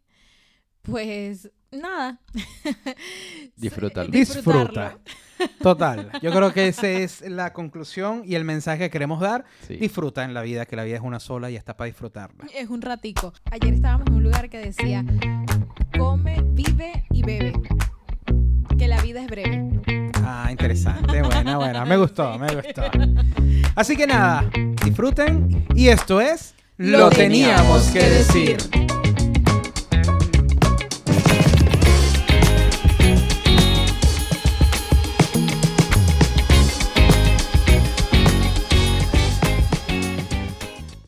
S2: pues nada.
S3: Disfrútalo.
S2: Disfrutarlo.
S1: Disfruta. Total. Yo creo que esa es la conclusión y el mensaje que queremos dar.
S3: Sí.
S1: Disfruta en la vida, que la vida es una sola y está para disfrutarla.
S2: Es un ratico. Ayer estábamos en un lugar que decía, come, vive y bebe. Que la vida es breve.
S1: Ah, interesante. Buena, buena. Me gustó, me gustó. Así que nada, disfruten. Y esto es...
S2: Lo teníamos que decir.